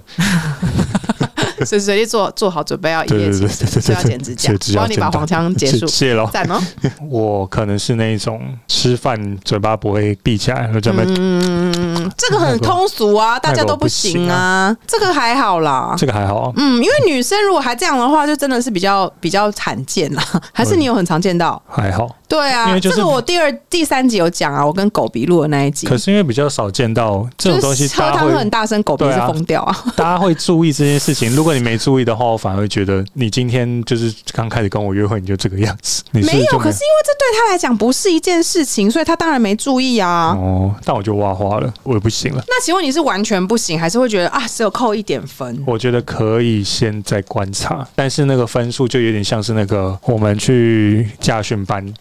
S1: 所以随地做做好准备要一
S2: 对
S1: 夜情
S2: 对对，对
S1: 就
S2: 对对
S1: 要剪指甲
S2: 对指，甲
S1: 帮你把
S2: 剪到
S1: 黄腔结束
S2: 谢，谢了。
S1: 赞哦。
S2: (laughs) 我可能是那一种吃饭嘴巴不会闭起来，我准备
S1: 嗯，这个很通俗啊，大家都不行啊，这个还好啦。
S2: 这个还好啊，
S1: 嗯，因为女生如果还这样的话，就真的是比较比较罕见啦。还是你有很常见到？
S2: 还好。
S1: 对
S2: 因
S1: 啊，
S2: 为就是
S1: 这个我第二、第三集有讲啊，我跟狗鼻录的那一集，
S2: 可是因为比较少见到这种东西，
S1: 就是喝
S2: 大家
S1: 汤喝
S2: 会
S1: 很大声，狗鼻
S2: 对
S1: 是
S2: 啊
S1: 疯掉啊。
S2: (laughs) 大家会注意这件事情。如果你没注意的话，我反而会觉得你今天就是刚开始跟我约会你就这个样子，你是不
S1: 没
S2: 是就
S1: 有，可是因为这对他来讲不是一件事情，所以他当然没注意啊。
S2: 哦，但我就挖花了，我也不行了。
S1: 那请问你是完全不行，还是会觉得啊只有扣一点分？
S2: 我觉得可以先再观察，但是那个分数就有点像是那个我们去驾训班，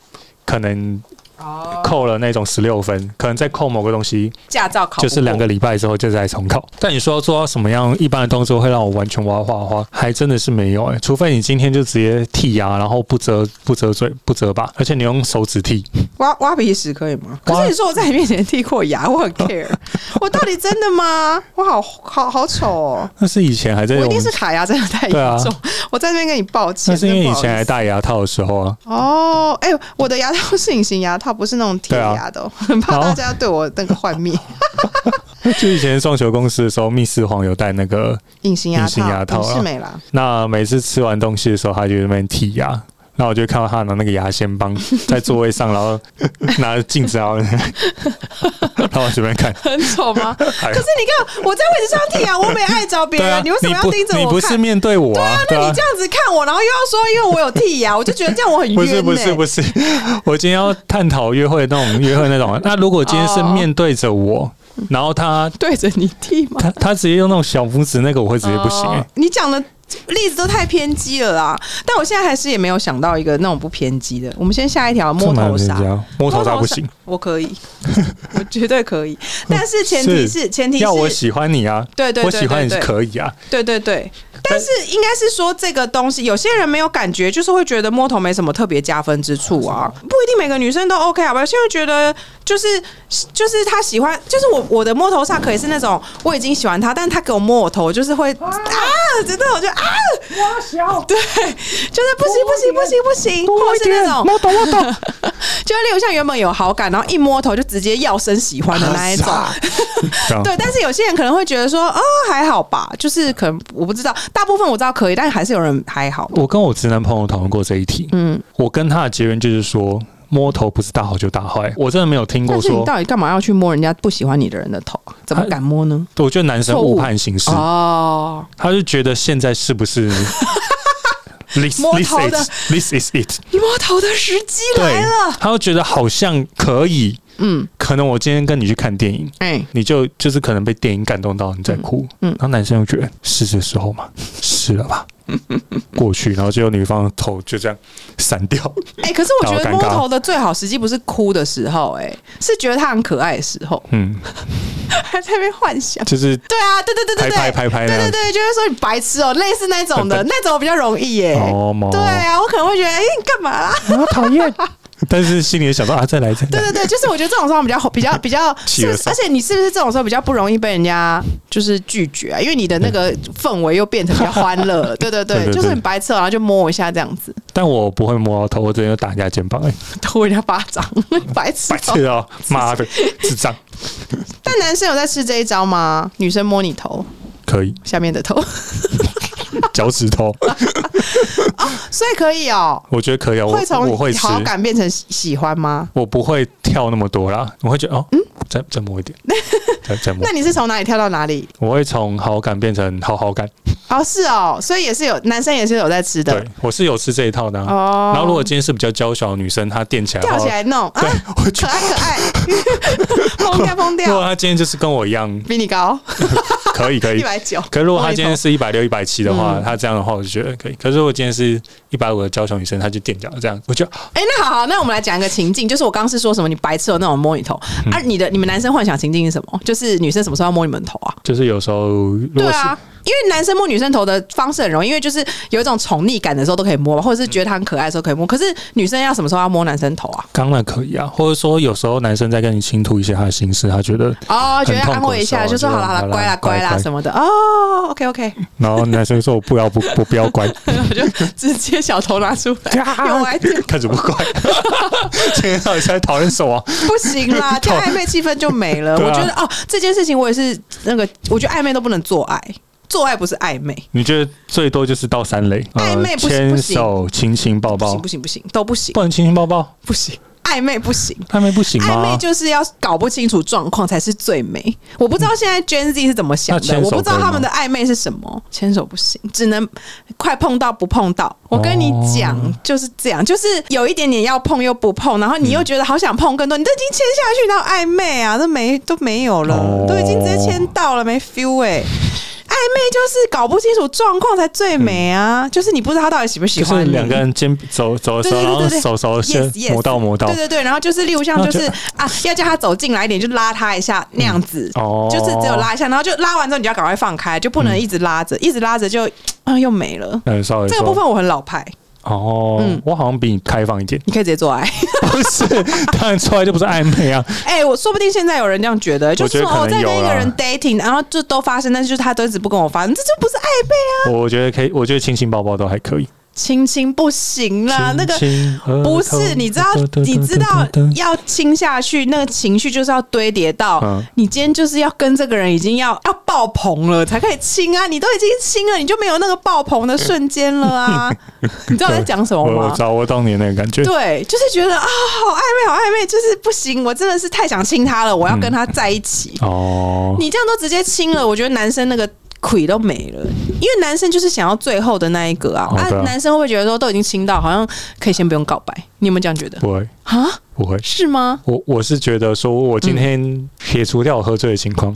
S2: 可能
S1: 哦，
S2: 扣了那种十六分，可能再扣某个东西，
S1: 驾照考不过
S2: 就是两个礼拜之后就再重考。但你说要做到什么样一般的动作会让我完全挖花的话，还真的是没有哎、除非你今天就直接剔牙，然后不遮不遮嘴不遮吧，而且你用手指剔，
S1: 挖挖鼻屎可以吗？
S2: 挖
S1: 可是你说我在你面前剔过牙，我很 (laughs) care，我到底真的吗？我好好好丑哦！
S2: 那是以前还在
S1: 我一
S2: 用
S1: 定，是卡牙真的太严
S2: 对啊
S1: 重，我在这边跟你抱歉。
S2: 那是因为
S1: 真
S2: 以
S1: 不好
S2: 前
S1: 意
S2: 还
S1: 思
S2: 戴牙套的时候啊。
S1: 哦，哎、我的牙套是隐形牙套，不是那种铁
S2: 对啊
S1: 牙的哦、很 (laughs) 怕
S2: 好
S1: 大家对我那个幻灭。
S2: 就以前撞球公司的时候，密室黄有戴那个，
S1: 隐形牙
S2: 隐形
S1: 套，
S2: 牙套啊
S1: 是美啦。
S2: 那每次吃完东西的时候，他就在那边剔牙。那我就看到他拿那个牙线棒在座位上，然后拿着镜子，然后 (laughs) 然后我随便看。
S1: (laughs) 很丑
S2: (laughs)
S1: 吗？可
S2: 哎呦
S1: 是你看我在位置上剔牙，我没碍着别
S2: 对
S1: 人，
S2: 啊，
S1: 你为什么要
S2: 不
S1: 盯着
S2: 你
S1: 我
S2: 不是
S1: 看？
S2: 面对我啊？对
S1: 那
S2: 啊
S1: 你这，样子看我，然后又要说因为我有剔牙， (laughs) 我就觉得这样我很冤、欸。
S2: 不是不是不是， (laughs) 我今天要探讨约会那种约会那种。那如果今天是
S1: 哦
S2: 面对着我，然后他
S1: 对着你剃吗？
S2: 他他直接用那种小拇指，那个我会直接不行、欸
S1: 哦。你讲的例子都太偏激了啦！但我现在还是也没有想到一个那种不偏激的。我们先下一条摸
S2: 这蛮
S1: 头
S2: 人
S1: 杀，
S2: 家摸头杀不行，，
S1: 我可以，我绝对可以。但是前提是前提是
S2: 要我喜欢你啊，
S1: 对对对
S2: 我喜欢你
S1: 对对
S2: 是可以啊。
S1: 对对对，
S2: 但
S1: 但是应该是说这个东西，有些人没有感觉，就是会觉得摸头没什么特别加分之处啊，不一定每个女生都 OK 好吧？有些人觉得就是就是他喜欢，就是我我的摸头上可以是那种我已经喜欢他，但是他给我摸我头，我就是会啊，真的我就啊，对，就是不行不行不行不行，或者是那种
S2: 我懂我懂，
S1: (laughs) 就是例如像原本有好感，然后一摸头就直接要生喜欢的那一种，
S2: 这样
S1: 对，但是有些人可能会觉得说，哦，还好吧，就是可能我不知道，大部分我知道可以，但还是有人还好。
S2: 我跟我直男朋友讨论过这一题，嗯，我跟他的结论就是说，摸头不是打好就打坏，我真的没有听过
S1: 但是你
S2: 说，
S1: 到底干嘛要去摸人家不喜欢你的人的头啊？怎么敢摸呢？
S2: 我觉得男生
S1: 错误
S2: 误判形式，
S1: 哦，
S2: 他就觉得现在是不
S1: (laughs)
S2: 是 this
S1: 摸
S2: this
S1: 头的
S2: is this is it，
S1: 你摸头的时机
S2: 对
S1: 来了。，
S2: 他就觉得好像可以，
S1: 嗯，
S2: 可能我今天跟你去看电影。
S1: 哎、
S2: 你就就是可能被电影感动到，你在哭，
S1: 嗯嗯
S2: 然后男生又觉得是这时候吗？是
S1: (laughs)
S2: 了吧？过去，然后结果女方的头就这样散掉，
S1: (laughs) 哎、可是我觉
S2: 好
S1: 得
S2: 尴
S1: 摸
S2: 尬
S1: 头的最好时机不是哭的时候、哎，是觉得他很可爱的时候，
S2: 嗯，
S1: 还在那边幻想。
S2: 就是
S1: 对啊，对对对对
S2: 拍
S1: 对，
S2: 拍拍拍那
S1: 对对
S2: 样子。
S1: 对，就是说你白痴哦、类似那种
S2: (laughs)
S1: 的，
S2: 对
S1: 那种比较容易耶、
S2: 哦，毛
S1: 对啊，我可能会觉得，哎、你干嘛啦？
S2: 我讨厌。但是心里也想到啊，再来再
S1: 对
S2: 来，
S1: 对对，就是我觉得这种时候比较比较比较，
S2: 气
S1: 是
S2: 而
S1: 不是？
S2: 上
S1: 而且你是不是这种时候比较不容易被人家就是拒绝啊？因为你的那个氛围又变成比较欢乐了。对对对，
S2: 对对对
S1: 就是很白痴，然后就摸我一下这样子，
S2: 但我不会摸到头，我只能打人家肩膀、哎，
S1: 吐人家巴掌，白痴
S2: 白
S1: 哦、
S2: 痴
S1: (laughs)
S2: 哦，妈的，智障，
S1: 但男生有在吃这一招吗？女生摸你头
S2: 可以，
S1: 下面的头， (laughs)
S2: 脚趾头，
S1: 所以可以哦、
S2: 我觉得可以啊，我
S1: 会从
S2: 我会吃，
S1: 好感变成喜喜欢吗？
S2: 我不会跳那么多啦，我会觉得哦，嗯，再再摸一点， (laughs) 再再摸
S1: 那，你是从哪里跳到哪里？
S2: 我会从好感变成好好感，
S1: 哦，是哦，所以也是有男生也是有在吃的
S2: 对我是有吃这一套的、啊。
S1: 哦。
S2: 然后如果今天是比较娇小的女生，她垫起来的
S1: 跳
S2: 话，
S1: 起来弄，啊
S2: 对， (laughs) 我觉
S1: 可爱啊可爱， (laughs) 疯掉疯
S2: 得如果
S1: 掉，
S2: 她今天就是跟我一
S1: (laughs)
S2: 样，
S1: 比你高。
S2: 可以可以
S1: 一，百嗯九，
S2: 可是如果他今天是一百六、一百七的话，他这样的话我就觉得可以。可是如果今天是一百五的娇小女生，她就垫脚这样，我就
S1: 哎、那好好，那我们来讲一个情境，就是我刚刚是说什么，你白痴有哦那种摸你头、
S2: 嗯
S1: 啊？你的你们男生幻想情境是什么？就是女生什么时候要摸你们头啊？
S2: (gasps) 就是有时候如
S1: 对
S2: 果是、
S1: 啊，因为男生摸女生头的方式很容易，因为就是有一种宠溺感的时候都可以摸嘛，或者是觉得他很可爱的时候可以摸。可是女生要什么时候要摸男生头啊？
S2: 当然可以啊，或者说有时候男生在跟你倾吐一些他的心事，他觉得，
S1: 哦，觉得
S2: 很痛
S1: 安
S2: 苦
S1: 慰一下，
S2: 的
S1: 就
S2: 时
S1: 说
S2: 候
S1: 好了好
S2: 就
S1: 了，
S2: 是
S1: 乖啦
S2: 好啦
S1: 乖啦
S2: 乖
S1: 什么的。哦，OK OK，
S2: 然后男生说我不要不我不要乖，
S1: (laughs) 我就直接小头拿出
S2: (laughs)
S1: 来，
S2: 啊
S1: 用来点
S2: 开始不乖，今天到底在讨论什么？
S1: (laughs) 不行啦，这样暧昧气氛就没了。
S2: 对啊
S1: 我觉得哦，这件事情我也是那个，我觉得暧昧都不能做爱。做爱不是暧昧，
S2: 你觉得最多就是到三类，呃
S1: 暧昧不行不
S2: 牵
S1: 行
S2: 手、亲亲抱
S1: 不
S2: 抱
S1: 行，不行不行，都不行
S2: 不能亲亲抱抱，
S1: 不行，暧昧不行。
S2: 暧昧不行
S1: 暧昧
S2: 吗？
S1: 就是要搞不清楚状况才是最美。我不知道现在 Gen Z 是怎么想
S2: 嗯那
S1: 的，
S2: 牵
S1: 我
S2: 手
S1: 不知道
S2: 可以吗
S1: 他们的暧昧是什么。牵手不行，只能快碰到不碰到。我跟你讲，
S2: 哦
S1: 就是这样，就是有一点点要碰又不碰，然后你又觉得好想碰更多，你都已经牵下去，然后暧昧啊，都没都没有了，
S2: 哦
S1: 都已经直接牵到了，没 feel 哎、暧昧就是搞不清楚状况才最美啊！就是你不知道他到底喜不喜
S2: 就
S1: 欢
S2: 是
S1: 你，
S2: 两个人肩走走的时候，
S1: 对
S2: 然
S1: 对
S2: 后
S1: 对对
S2: 手手哦先
S1: Yes, yes
S2: 磨到磨到
S1: 对，对对，然后就是例如像
S2: 那
S1: 就
S2: 就是
S1: 啊，要叫他走近来一点，就拉他一下那样子，
S2: 哦
S1: 就是只有拉一下，然后就拉完之后你就要赶快放开，就不能一直拉着，一直拉着就啊又没了。
S2: 嗯，稍微
S1: 这个
S2: 说
S1: 部分我很老派，
S2: 哦
S1: 嗯，，
S2: 我好像比你开放一点 (laughs)
S1: 你可以直接做爱。
S2: 不是，当然出来就不是暧昧啊，
S1: 哎、我说不定现在有人这样觉得，就
S2: 我觉
S1: 是
S2: 得
S1: 说哦，
S2: 可能
S1: 在
S2: 有
S1: 跟一个
S2: 啦
S1: 人 dating，然后就都发生，但是就是他都一直不跟我发生，这就不是爱呗，
S2: 我觉得可以，我觉得亲亲抱抱都还可以。
S1: 亲亲不行啦，啊那个
S2: 亲呃亲
S1: 不
S2: 额
S1: 是，
S2: 头
S1: 你知道
S2: 哒哒，
S1: 你知道
S2: 哒哒哒
S1: 要亲下去，那个情绪就是要堆叠到、
S2: 嗯
S1: 你今天就是要跟这个人已经要要爆棚了，才可以亲啊！你都已经亲了，你就没有那个爆棚的瞬间了啊！你知道我在讲什么
S2: 我我
S1: 吗
S2: 知？道，我懂你那个感觉。
S1: 对，就是觉得啊、好暧昧，好暧昧，就是不行，我真的是太想亲他了，我要跟他在一起。
S2: 哦，
S1: 你这样都直接亲了，我觉得男生那个。腿都没了，因为男生就是想要最后的那一个啊！
S2: 哦对啊
S1: 男生会不会觉得说都已经亲到，好像可以先不用告白？你有没有这样觉得？
S2: 不会
S1: 啊，
S2: 不会，
S1: 是吗？
S2: 我我是觉得说，我今天撇除掉我喝醉的情况，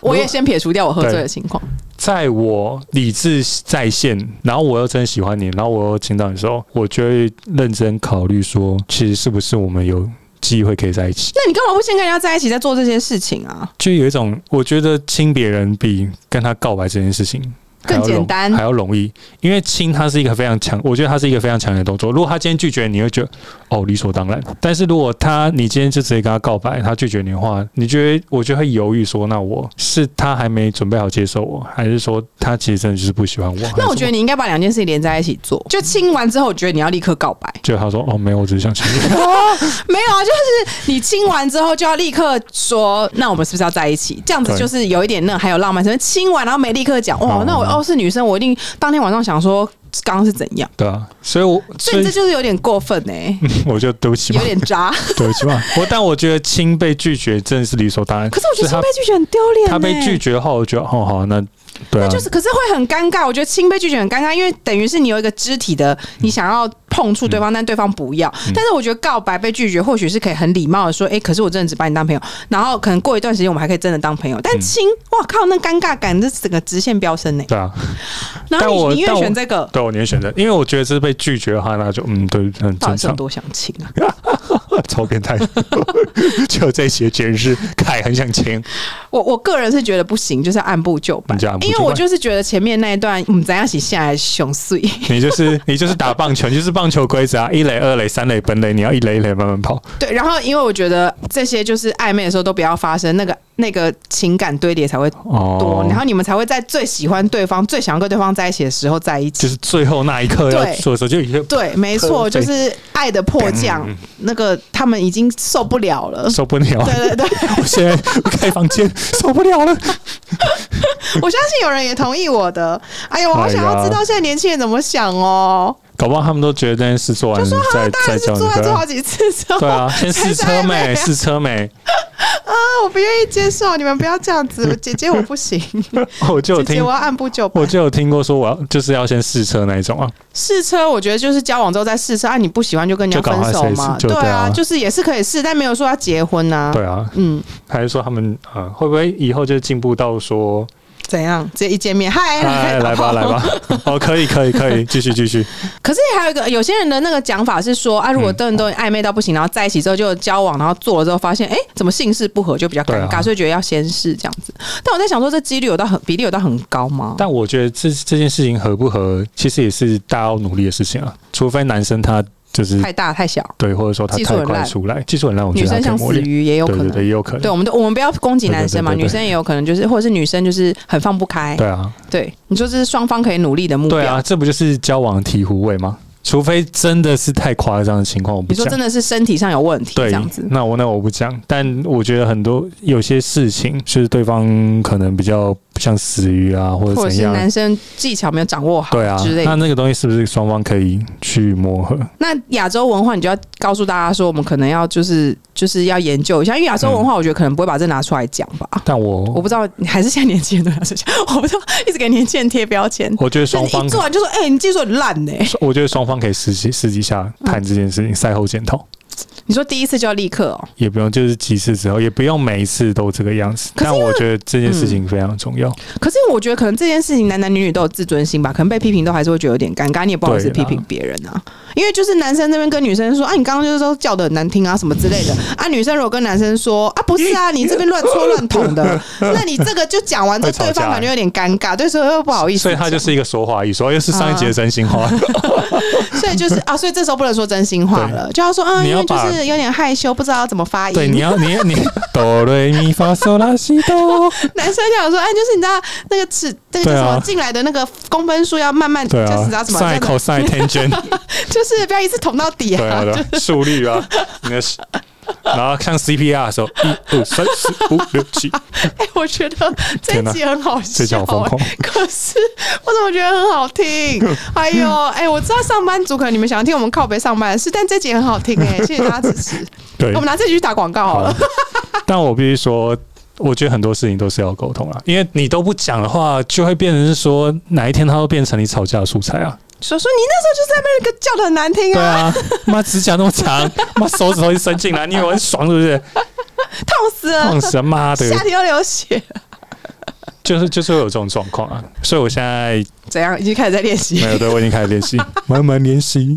S1: 我也先撇除掉我喝
S2: 对
S1: 醉的情况，
S2: 在我理智在线，然后我又真喜欢你，然后我又亲到你的时候，我就会认真考虑说，其实是不是我们有机会可以在一起。
S1: 那你干嘛不先跟人家在一起，再做这些事情啊？
S2: 就有一种，我觉得亲别人比跟他告白这件事情还要
S1: 更简
S2: 容
S1: 单
S2: 还要容易，因为亲他是一个非常强，我觉得他是一个非常强的动作。如果他今天拒绝你，你会觉得哦理所当然。但是如果他你今天就直接跟他告白，他拒绝你的话，你觉得我就会犹豫说，那我是他还没准备好接受我，还是说他其实真的就是不喜欢我？
S1: 那我觉得
S2: 得。
S1: 你应该把两件事情连在一起做，就亲完之后，我觉得你要立刻告白。
S2: 就他说哦没有，我只是想亲你。
S1: 没有啊，就是你亲完之后就要立刻说，那我们是不是要在一起？这样子
S2: 对
S1: 就是有一点那还有浪漫成分。亲完然后没立刻讲，哇
S2: 哦，
S1: 那我哦是女生，我一定当天晚上想说刚刚是怎样，
S2: 对啊，所以我
S1: 所
S2: 所
S1: 以
S2: 以
S1: 这就是有点过分哎、
S2: 我就对不起嘛
S1: 有，点渣。
S2: 对不起嘛。我但我觉得亲被拒绝真的是理所当
S1: (laughs)
S2: 然。
S1: 可是我觉得
S2: 他
S1: 亲被拒绝很丢脸、欸，
S2: 他被拒绝后，我觉得哦好，那对啊，
S1: 那就是，可是会很尴尬。我觉得亲被拒绝很尴尬，因为等于是你有一个肢体的，
S2: 嗯
S1: 你想要碰触对方，但对方不要。但是我觉得告白被拒绝，或许是可以很礼貌的说：“哎、可是我真的只把你当朋友。”然后可能过一段时间，我们还可以真的当朋友。
S2: 嗯
S1: 但亲，哇靠，那尴尬感，这整个直线飙升呢、
S2: 对啊，
S1: 然后
S2: 但我
S1: 你宁愿
S2: 但我
S1: 选这个，
S2: 对我宁愿选择，因为我觉得这是被拒绝的话，那就嗯，对，很
S1: 到底
S2: 正
S1: 是有
S2: 常，
S1: 多想亲啊？
S2: 超变态。 (laughs) 就这些简直是凯很想亲，
S1: 我我个人是觉得不行，就是按部就班
S2: 你就按部，就
S1: 因
S2: 班
S1: 为我就是觉得前面那一段，嗯，怎样洗下来熊碎。 (laughs)
S2: 你就是你就是打棒球，你就是棒球规则啊，一垒、二垒、三垒、本垒，你要一垒一垒慢慢跑。
S1: 对，然后因为我觉得这些就是暧昧的时候都不要发生，那个那个情感堆叠才会多，
S2: 哦，
S1: 然后你们才会在最喜欢对方、最想要跟对方在一起的时候在一起。
S2: 就是最后那一刻要
S1: 对
S2: 做的时候，就已经
S1: 对，没错，
S2: perfect
S1: 就是爱的迫降，那个他们已经受不了了。
S2: 嗯受不了。
S1: 对对对， (laughs)
S2: 我现在开房间受不了了，
S1: 我相信有人也同意我的。哎呀，我好想
S2: 哎
S1: 要
S2: 呀
S1: 知道现在年轻人怎么想哦。啊
S2: 搞不好他们都觉得这件事做完再
S1: 当
S2: 再
S1: 然是
S2: 叫你
S1: 做爱
S2: 对
S1: 做
S2: 啊
S1: 好几次之后，
S2: 对啊，先
S1: 才
S2: 试
S1: 在
S2: 车
S1: 暧昧 (laughs)
S2: 没，
S1: 啊
S2: 试车没。
S1: 我不愿意接受，你们不要这样
S2: (laughs)
S1: 子，姐姐我不行，
S2: 哦我就有
S1: 姐姐
S2: 听
S1: 我要按部就班。
S2: (laughs) 我就有听过说我要就是要先试车那一种啊，
S1: 试车，我觉得就是交往之后再试车，啊，你不喜欢就跟人家分手
S2: 就赶快
S1: 嘛
S2: 试，就
S1: 对
S2: 对啊
S1: 啊，就是也是可以试，但没有说要结婚呐、
S2: 对啊，
S1: 嗯，
S2: 还是说他们呃会不会以后就进步到说，
S1: 怎样？直接一见面，嗨，
S2: 哎，来吧来。吧，哦，可以可
S1: (laughs)
S2: 以可以，继续继续，
S1: 可是还有一个，有些人的那个讲法是说，啊，如果真的都暧昧到不行，然后在一起之后就交往，然后做了之后发现，哎、怎么性事不合，就比较尴
S2: 对
S1: 尬，
S2: 啊
S1: 所以觉得要先试这样子。但我在想说，这几率有到很比例有到很高吗？
S2: 但我觉得这这件事情合不合，其实也是大家要努力的事情啊，除非男生他就是
S1: 太大太小，
S2: 对，或者说他
S1: 技术
S2: 太
S1: 很
S2: 快
S1: 烂
S2: 出来，技术很烂，我觉
S1: 女
S2: 得
S1: 生
S2: 他
S1: 像
S2: 可以磨
S1: 死
S2: 练，
S1: 鱼也有可
S2: 对
S1: 能。
S2: 对对，也有可
S1: 对，
S2: 能，
S1: 我们都我们不要攻击男生嘛，
S2: 对对对对对
S1: 女生也有可能就是，或者是女生就是很放不开。
S2: 对啊
S1: 对，你说这是双方可以努力的目标。
S2: 对啊，这不就是交往的醍醐味吗？除非真的是太夸张的情况，我不
S1: 你说
S2: 讲
S1: 真。的是身体上有问题这
S2: 对
S1: 样子，
S2: 那我那我不讲，但我觉得很多有些事情是对方可能比较像死鱼啊或
S1: 或
S2: 者
S1: 者
S2: 怎
S1: 是
S2: 样，
S1: 男生技巧没有掌握好，
S2: 对啊
S1: 之类，的
S2: 那那个东西是不是双方可以去磨合？
S1: 那亚洲文化，你就要告诉大家说，我们可能要就是就是要研究一下，因为亚洲文化，我觉得可能不会把这拿出来讲吧。
S2: 但
S1: 我
S2: 我
S1: 不知道，还是现在年轻人都拿这讲，我不知道，一直给年轻人贴标签，
S2: 我觉得
S1: 就
S2: 双
S1: 是
S2: 方
S1: 一，做完就说，哎、你技术很烂呢、
S2: 我觉得双方可以私底私底下谈这件事情，赛后检讨
S1: 你说第一次就要立刻哦，
S2: 也不用就是几次之后，也不用每一次都这个样子。
S1: 可是
S2: 但我觉得这件事情非常重要，
S1: 可是我觉得可能这件事情男男女女都有自尊心吧，可能被批评都还是会觉得有点尴尬，你也不好意思
S2: 对
S1: 批
S2: 啦
S1: 评别人啊，因为就是男生那边跟女生说啊，你刚刚就是说叫的很难听啊什么之类的啊，女生如果跟男生说啊不是啊，你这边乱戳乱捅
S2: (laughs)
S1: 的，那你这个就讲完之后，
S2: 会吵
S1: 对方
S2: 架
S1: 感觉有点尴尬，对，所以又不好意思
S2: 所
S1: 讲，
S2: 以它就是一个说话艺术，又是上一
S1: 啊
S2: 节的真
S1: (laughs)
S2: 心话。
S1: 所以就是啊，所以这时候不能说真心话了，就要说啊，
S2: 你
S1: 因
S2: 要
S1: 为就
S2: 把
S1: 是有点害羞，不知道怎么发音，
S2: 对，你要你你哆瑞咪发嗦拉西哆，
S1: 男生想说，哎，就是你知道那个尺，那个叫
S2: 对啊
S1: 什么进来的那个公分数要慢慢，
S2: 对
S1: 就是
S2: 啊
S1: 你知道什么，
S2: ，sin
S1: 这样
S2: cosine tangent，
S1: (laughs) 就是不要一次捅到底
S2: 对啊
S1: 啊。
S2: 对啊，速率啊，你的。然后像 CPR 的时候，一二三四五六七，
S1: (laughs) 哎，我觉得这
S2: 天
S1: 一
S2: 哪
S1: 集很好
S2: 这
S1: 笑
S2: 叫疯
S1: 哎，
S2: 狂。
S1: (laughs) 可是我怎么觉得很好
S2: (laughs)
S1: 听？哎呦，哎，我知道上班族可能你们想听我们靠北上班的事，但这集很好听
S2: (laughs)
S1: 哎，谢谢大家支持。
S2: 对
S1: 我，们拿这集去打广告好
S2: 好
S1: 了。，
S2: 但我必须说，我觉得很多事情都是要沟通啦，因为你都不讲的话，就会变成是说哪一天它会变成你吵架的素材啊。
S1: 说说你那时候就是在那边叫的很难听
S2: 对
S1: 啊，
S2: 啊，妈指甲那
S1: (laughs)
S2: 么长，妈手指头一伸进来，你以为我很爽是不是？
S1: 嗯痛死了
S2: 放，神啊妈的，
S1: 夏天要流血。 (laughs)
S2: 就是就是会有这种状况啊。所以我现在
S1: 怎样？已经开始在练习
S2: 没。有对我已经开始练习， (laughs) 慢慢
S1: (laughs)
S2: 练习。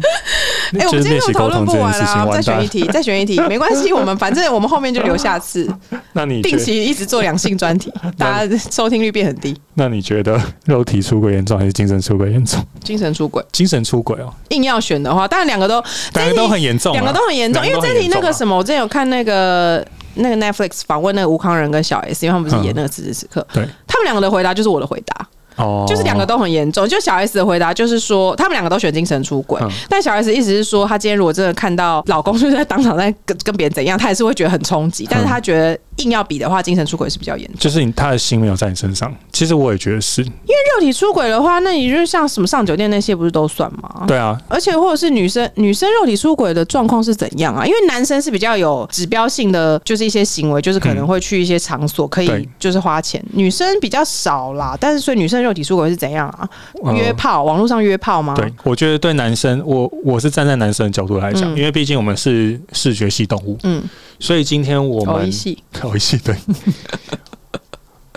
S1: 哎、我
S2: 就
S1: 们
S2: 是
S1: 今天
S2: 练
S1: 又
S2: 习
S1: 讨
S2: 沟
S1: 论
S2: 通
S1: 不
S2: 这件
S1: 完
S2: 事
S1: 啦、
S2: 情，
S1: 再
S2: 完
S1: 选一
S2: 蛋。
S1: 题，再选一
S2: (laughs)
S1: 题，没关系，我们反正我们后面就留下次，
S2: 那你
S1: 定
S2: 觉得
S1: 期一直做两性专题，
S2: (laughs)
S1: 大家收听率变很低。
S2: 那你觉得肉体出轨严重还是精神出轨严重？
S1: 精神出轨，
S2: 精神出轨哦，
S1: 硬要选的话，当然两个都，这
S2: 两
S1: 一
S2: 个
S1: 题
S2: 都很严重啊，
S1: 两个都很严重，因
S2: 两
S1: 为
S2: 个都很
S1: 这题
S2: 严
S1: 那
S2: 重
S1: 个
S2: 啊
S1: 什么，我之前有看那个那个 Netflix 访问那个吴康仁跟小 S，因为他们不是演那个此时此刻，
S2: 对
S1: 他们两个的回答就是我的回答，
S2: 哦，
S1: 就是两个都很严重。就小 S 的回答就是说，他们两个都选精神出轨，
S2: 嗯
S1: 但小 S 意思是说，她今天如果真的看到老公就是在当场在跟跟别人怎样，她还是会觉得很冲
S2: 嗯
S1: 击。但是她觉得硬要比的话，精神出轨是比较严重。
S2: 就是你他的心没有在你身上。其实我也觉得是，
S1: 肉体出轨的话，那你就像什么上酒店那些不是都算吗？
S2: 对啊，
S1: 而且或者是女生女生肉体出轨的状况是怎样啊？因为男生是比较有指标性的，就是一些行为，就是可能会去一些场所可以
S2: 对
S1: 就是花钱，女生比较少啦。但是所以女生肉体出轨是怎样啊？
S2: 呃
S1: 约炮，网络上约炮吗？
S2: 对，我觉得对男生，我我是站在男生的角度来讲，
S1: 嗯
S2: 因为毕竟我们是视觉系动物，
S1: 嗯，
S2: 所以今天我
S1: 偶
S2: 们
S1: 哦一系，
S2: 搞哦一
S1: (laughs)
S2: 系对。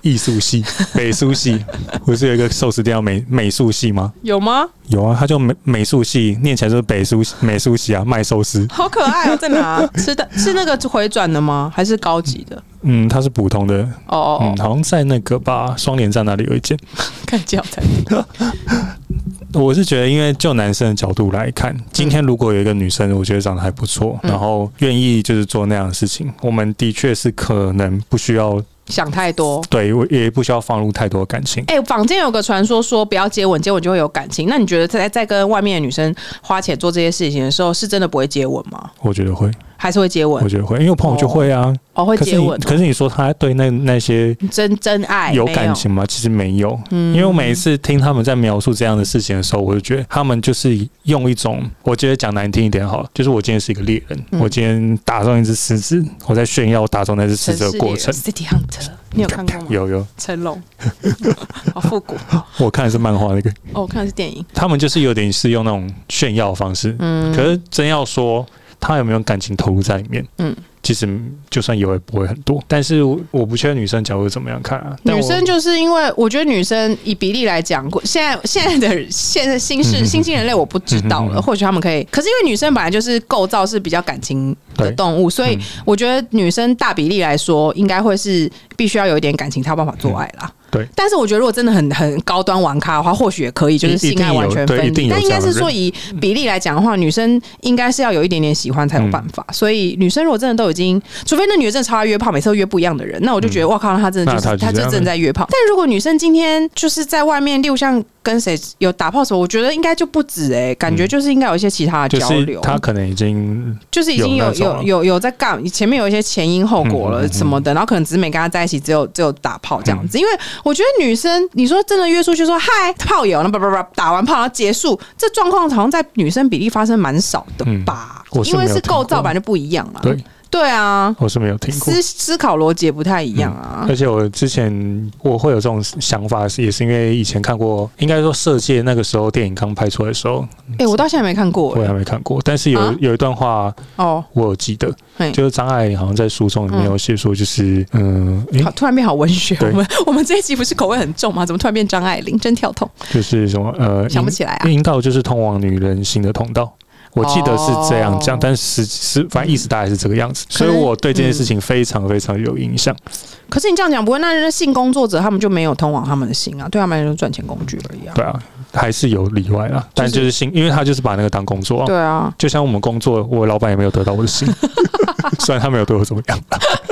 S2: 艺术系、美术系，不是有一个寿司店叫美美术系吗？
S1: 有吗？
S2: 有啊，它叫美美术系，念起来就是北术美术系啊，卖寿司。
S1: 好可爱哦、在
S2: (laughs)
S1: 哪吃的？是那个回转的吗？还是高级的？
S2: 嗯，它是普通的，
S1: 哦哦
S2: 嗯，
S1: 哦，
S2: 好像在那个吧，双连站那里有一间。
S1: 看教材。
S2: 我是觉得，因为就男生的角度来看，今天如果有一个女生，我觉得长得还不错，
S1: 嗯
S2: 然后愿意就是做那样的事情，我们的确是可能不需要
S1: 想太多。
S2: 对，我也不需要放入太多感情。
S1: 哎、坊间有个传说说不要接吻，接吻就会有感情。那你觉得在在跟外面的女生花钱做这些事情的时候，是真的不会接吻吗？
S2: 我觉得会，
S1: 还是会接吻
S2: 我？觉得会，因为我朋友就会啊。
S1: 哦，会
S2: 可是
S1: 接
S2: 你
S1: 吻，，
S2: 可是你说他对那那些
S1: 真真爱
S2: 有
S1: 没嗯
S2: 感情吗？其实没有，因为我每一次听他们在描述这样的事情的时候，我就觉得他们就是用一种，我觉得讲难听一点好了，就是我今天是一个猎人，
S1: 嗯
S2: 我今天打中一只狮子，我在炫耀我打中那只狮
S1: 城
S2: 子
S1: 市
S2: 的过程。
S1: City Hunter，你有看过吗？
S2: (laughs) 有有，
S1: 成龙， (laughs) 好复古。
S2: 我看的是漫画那个，
S1: 哦，我看的是电影。
S2: 他们就是有点是用那种炫耀的方式，
S1: 嗯，
S2: 可是真要说他有没有感情投入在里面，
S1: 嗯
S2: 嗯，其实就算有也不会很多。但是我我不确定女生角度怎么样看啊，但
S1: 女
S2: 我
S1: 生就是因为我觉得女生以比例来讲，过现在现在
S2: (laughs)
S1: 的现在新
S2: 嗯
S1: 式
S2: 哼
S1: 新兴人类我不知道
S2: 嗯
S1: 了，
S2: 哼
S1: 或许他们可以。可是因为女生本来就是构造是比较感情的
S2: 对
S1: 动物，所以
S2: 嗯
S1: 我觉得女生大比例来说，应该会是必须要有一点感情才有办法做爱啦。
S2: 嗯对
S1: 但是我觉得如果真的很很高端玩咖的话，或许也可以，就是
S2: 一一
S1: 性
S2: 定
S1: 爱
S2: 有
S1: 完全
S2: 对一
S1: 分
S2: 定
S1: 离。
S2: 有
S1: 但应该是说
S2: 这样的
S1: 以比例来讲的话，女生应该是要有一点点喜欢才有办法。所以女生如果真的都已经，除非那女的真的超爱约炮，每次都约不一样的人，那我就觉得哇靠，那她真的就
S2: 那
S1: 是
S2: 她就
S1: 她
S2: 这
S1: 就
S2: 样
S1: 正在约炮。但如果女生今天就是在外面六项跟谁有打炮什么，我觉得应该就不止哎、感觉就是应该有一些其他的
S2: 就
S1: 啊交
S2: 是
S1: 流。
S2: 他可能已经
S1: 就是已经
S2: 有那
S1: 有
S2: 种啊
S1: 有有有在干，前面有一些前因后果
S2: 嗯嗯
S1: 了
S2: 嗯
S1: 什么的，然后可能只是没跟他在一起，只有只有打炮这样子。因为我觉得女生，你说真的约出去说嗨炮友，那不不不打完炮然后结束，这状况好像在女生比例发生蛮少的吧？
S2: 嗯我是
S1: 因
S2: 没有
S1: 为是
S2: 听过
S1: 构造版就不一样了。
S2: 对，
S1: 对啊，
S2: 我是没有听过。
S1: 思
S2: 嗯
S1: 思考逻辑也不太一样啊。
S2: 而且我之前我会有这种想法，是也是因为以前看过，应该说《色戒》那个时候电影刚拍出来的时候，
S1: 哎、我到现在没看过、
S2: 我也
S1: 欸、
S2: 还没看过。但是有、
S1: 啊
S2: 有一段话
S1: 哦，
S2: 我有记得，
S1: 嘿
S2: 就是张爱玲好像在书中里面有写说，就是嗯，诶
S1: 好，突然变好文学。
S2: 对
S1: 我们 (laughs) 我们这一集不是口味很重吗？怎么突然变张爱玲？真跳痛，
S2: 就是什么呃，
S1: 想不起来啊。
S2: 阴道就是通往女人心的通道。我记得是这样讲，
S1: 哦嗯
S2: 但实实反正意思大概是这个样子，
S1: 可
S2: 所
S1: 能
S2: 以我对这件事情非常非常有印象。
S1: 可是你这样讲，不会，那那性工作者他们就没有通往他们的心啊，对他们来说赚钱工具而已啊。
S2: 对啊，还是有例外啦，但就是心，因为他就是把那个当工作、啊，
S1: 对啊，
S2: 就像我们工作，我老板也没有得到我
S1: (laughs)
S2: 的心，虽然他没有对我怎么样。啊 (laughs)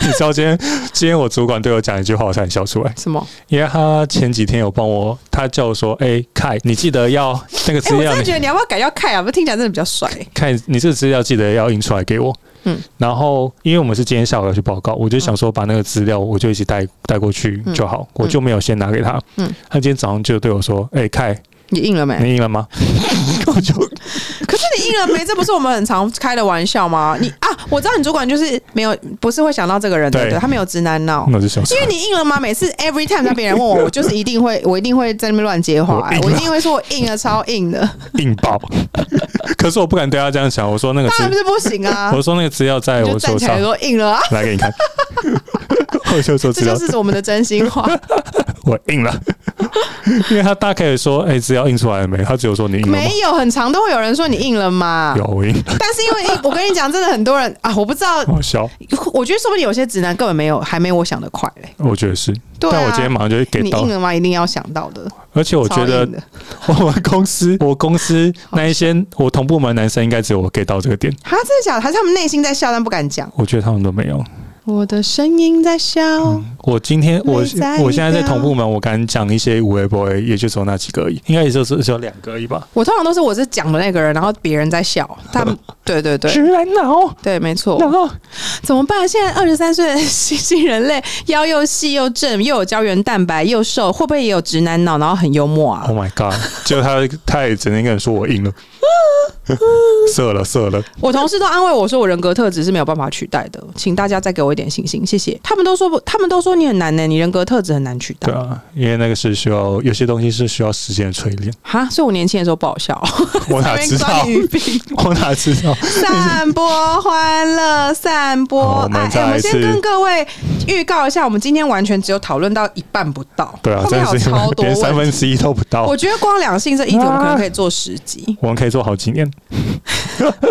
S2: 你知道今天今天我主管对我讲一句话，我差点笑出来，
S1: 什么？
S2: 因为他前几天有帮我，他叫我说：“哎、凯，你记得要那个
S1: 哎、
S2: 资
S1: 我
S2: 料
S1: 真的
S2: 你
S1: 觉得你要不要改叫凯啊？不，听起来真的比较帅、
S2: 看你这个资料记得要印出来给我。
S1: 嗯，
S2: 然后因为我们是今天下午要去报告，我就想说把那个资料我就一起带带过去就好，我就没有先拿给他。
S1: 嗯，
S2: 他今天早上就对我说：“哎、凯，
S1: 你硬了没？
S2: 你印了吗？”
S1: (laughs)
S2: 我就
S1: 可是你硬了没？这不是我们很常开的玩笑吗？你啊，我知道你主管就是没有，不是会想到这个人的，
S2: 对
S1: 对嗯他没有直男脑。
S2: 那我就想说，
S1: 因为你硬了吗？每次 every time 当别人问我，我就是一定会，我一定会在那边乱接话、
S2: 我硬了
S1: 我一定会说我硬了，超硬的，
S2: 硬
S1: (laughs)
S2: 爆。可是我不敢对他这样讲，我说那个
S1: 当然不
S2: 资，
S1: 是不行啊
S2: 我。说那个资料在
S1: 你
S2: 我
S1: 就站
S2: 手
S1: 起
S2: 上
S1: 来，说硬了啊，
S2: 来给你
S1: (laughs)
S2: 看。我就说
S1: 这
S2: 资料
S1: 就，是我嗯们的真心 (laughs) 话。
S2: 我
S1: (laughs)
S2: 硬了，因为他大概也说，哎，资料印出来了没？他只有说你印了吗？
S1: 没啊有，很长都会有人说你硬了吗？
S2: 有，我硬，
S1: (laughs) 但是因为我跟你讲，真的很多人啊，我不知道， (laughs)
S2: 好笑，
S1: 我觉得说不定有些直男根本没有，还没我想的快嘞。
S2: 我觉得是。
S1: 对啊
S2: 但我今天马上就会给
S1: 你
S2: 到
S1: 硬，了吗？一定要想到的。
S2: 而且我觉
S1: 超
S2: 得
S1: 硬的啊
S2: 我们公司，我公司那一些我同部门男生应该只有我给到这个点，
S1: 哈，真的假的？还是他们内心在笑，但不敢讲。
S2: 我觉得他们都没有。
S1: 我的声音在笑，
S2: 我今天我
S1: 没在
S2: 我现在在
S1: 意啊
S2: 同部门，我敢讲一些无为 boy，也就只有那几个而已，应该也就只只有两个而已吧。
S1: 我通常都是我是讲的那个人，然后别人在笑。他
S2: (laughs)
S1: 们对对对。
S2: 然脑，
S1: 对，没错。
S2: 后
S1: 怎么办？现在二十三岁的新兴人类，腰又细又正，又有胶原蛋白，又瘦，会不会也有直男脑？然后很幽默啊
S2: ，Oh？my god！结果他他也整天跟人说我
S1: (laughs)
S2: 硬了，射了射了，
S1: 我同事都安慰我说，我人格特质是没有办法取代的，请大家再给我一点信心，谢谢。他们都说不，他们都说你很难呢、你人格特质很难取代
S2: 对。啊，因为那个是需要有些东西是需要时间的淬
S1: (laughs)
S2: 炼，
S1: 哈、所以我年轻的时候不好笑，
S2: 我 (laughs) 哪知
S1: 在那边抓，
S2: 道
S1: 你语病
S2: 我哪知道，
S1: (laughs) 散播欢乐，散播
S2: 好我们
S1: 爱。哎
S2: 再来
S1: 我们
S2: 一次
S1: 先跟各位预告一下，我们今天完全只有讨论到一半不到，
S2: 对啊，
S1: 后
S2: 真
S1: 面
S2: 的
S1: 还有
S2: 是
S1: 超多
S2: (laughs) 连三
S1: 问
S2: 分
S1: 题。
S2: 之一都不到
S1: 我。觉得光两性这一题，我们可能可以做十集。
S2: 我们可以做好
S1: (laughs)
S2: 几年，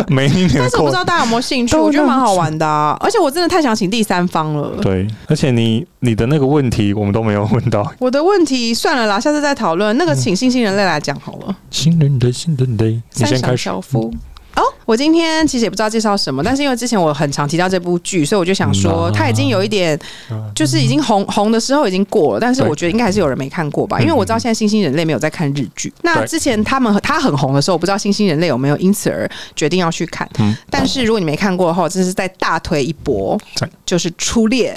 S2: 每一年
S1: 但是我
S2: 过
S1: 不知道大家有没有兴趣，
S2: 都
S1: 我觉得
S2: 这样
S1: 蛮好玩的啊！而且我真的太想请第三方了。
S2: 对，而且你你的那个问题我们都没有问到。
S1: 我的问题算了啦，下次再讨论。
S2: 嗯
S1: 那个，请新兴人类来讲好了。
S2: 新人的新人的，你
S1: 三
S2: 先
S1: 小
S2: 开始。嗯
S1: 樵夫。哦，我今天其实也不知道介绍什么，但是因为之前我很常提到这部剧，所以我就想说，
S2: 嗯
S1: 它已经有一点，就是已经红红的时候已经过了，但是
S2: 对
S1: 我觉得应该还是有人没看过吧，因为我知道现在新兴人类没有在看日剧。那
S2: 嗯对
S1: 之前他们他很红的时候，我不知道新兴人类有没有因此而决定要去看。
S2: 嗯
S1: 但是如果你没看过的话，我真是在大推一波
S2: 对，
S1: 就是《初恋》，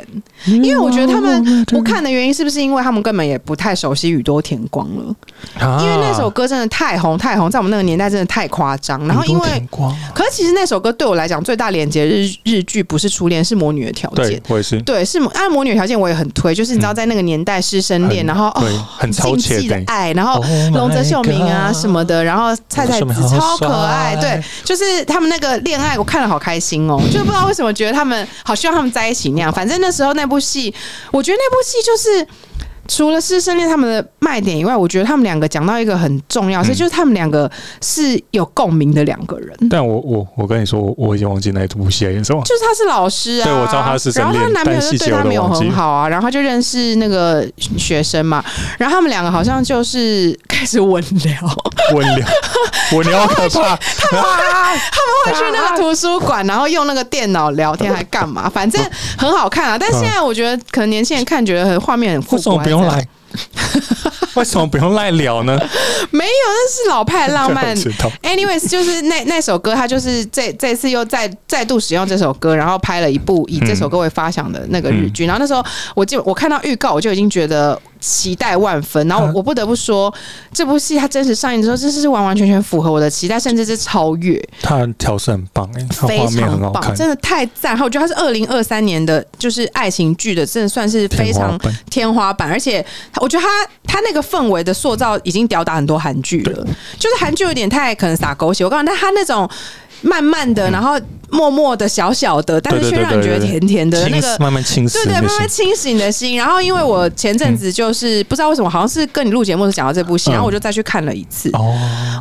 S1: 因为我觉得他们不看的原因是不是因为他们根本也不太熟悉宇多田光了？
S2: 啊
S1: 因为那首歌真的太红太红，在我们那个年代真的太夸张。然后因为，可是其实那首歌对我来讲最大连接日日剧不是初恋，是魔女的条
S2: 对
S1: 件。
S2: 我也是，
S1: 对，是按魔女的条件我也很推，就是你知道在那个年代师生恋，
S2: 很
S1: 然后哦
S2: 对，很超
S1: 禁
S2: 前
S1: 忌的
S2: 的，
S1: 爱，然后
S2: Oh my
S1: 龙泽秀明啊
S2: God
S1: 什么的，然后菜菜
S2: 秀明
S1: 子
S2: 好啊
S1: 超可爱，
S2: 帅
S1: 对，就是他们那个恋爱，我看了好开心
S2: (laughs)
S1: 哦，就不知道为什么觉得他们好希望他们在一起那样。反正那时候那部戏，我觉得那部戏就是。除了师生恋他们的卖点以外，我觉得他们两个讲到一个很重
S2: 嗯
S1: 要，是、就是他们两个是有共鸣的两个人。
S2: 但我我我跟你说，我我已经忘记那一部戏在演
S1: (laughs)
S2: 什么。
S1: 就是他是老师啊，
S2: 对我知道他是神
S1: 然后她
S2: 恋
S1: 男朋友
S2: 但
S1: 就
S2: 细
S1: 对
S2: 节我
S1: 他
S2: 都
S1: 没有
S2: 忘记
S1: 很
S2: 了
S1: 好啊，然后他就认识那个学生嘛，然后他们两个好像就是开始稳聊，
S2: 温聊，温聊可怕。
S1: 他们会去那个图书馆，然后用那个电脑聊天，还 (laughs)
S2: (laughs)
S1: 干嘛？反正很好看啊。但现在我觉得，可能年轻人看觉得很画面很复
S2: 为什
S1: 古，
S2: 么不用来？ (laughs) 为什么不用赖聊呢？
S1: 没有，那是老派 (laughs) 浪漫
S2: (laughs) 我。知道
S1: Anyways，就是那那首歌，他就是这这次又再再度使用这首歌，然后拍了一部
S2: 嗯
S1: 以这首歌为发想的那个日剧。然后那时候我记，我看到预告，我就已经觉得期待万分。然后我
S2: 嗯
S1: 我不得不说，这部戏它真实上映的时候，真是完完全全符合我的期待，甚至是超越，
S2: 他的调色很棒、欸，他
S1: 非
S2: 画面很
S1: 常
S2: 好
S1: 棒，
S2: 看，
S1: 真的太赞。然后我觉得它是二零二三年的，就是爱情剧的，真的算是非
S2: 天花
S1: 常
S2: 板
S1: 天花板，而且我觉得他他那个氛围的塑造已经吊打很多韩剧了，就是韩剧有点太可能撒狗血，我告诉你，但他那种慢慢的，然后默默的、小小的，但是
S2: 嗯对对
S1: 却
S2: 对
S1: 让你觉得
S2: 对对
S1: 甜甜的那
S2: 清
S1: 个。
S2: 慢慢清晰
S1: 对对，
S2: 那
S1: 慢
S2: 些
S1: 慢清醒的心。然后，因为我前阵子就是不知道为什么，好像是跟你录节目时讲到这部戏，
S2: 嗯
S1: 然后我就再去看了一次。
S2: 哦，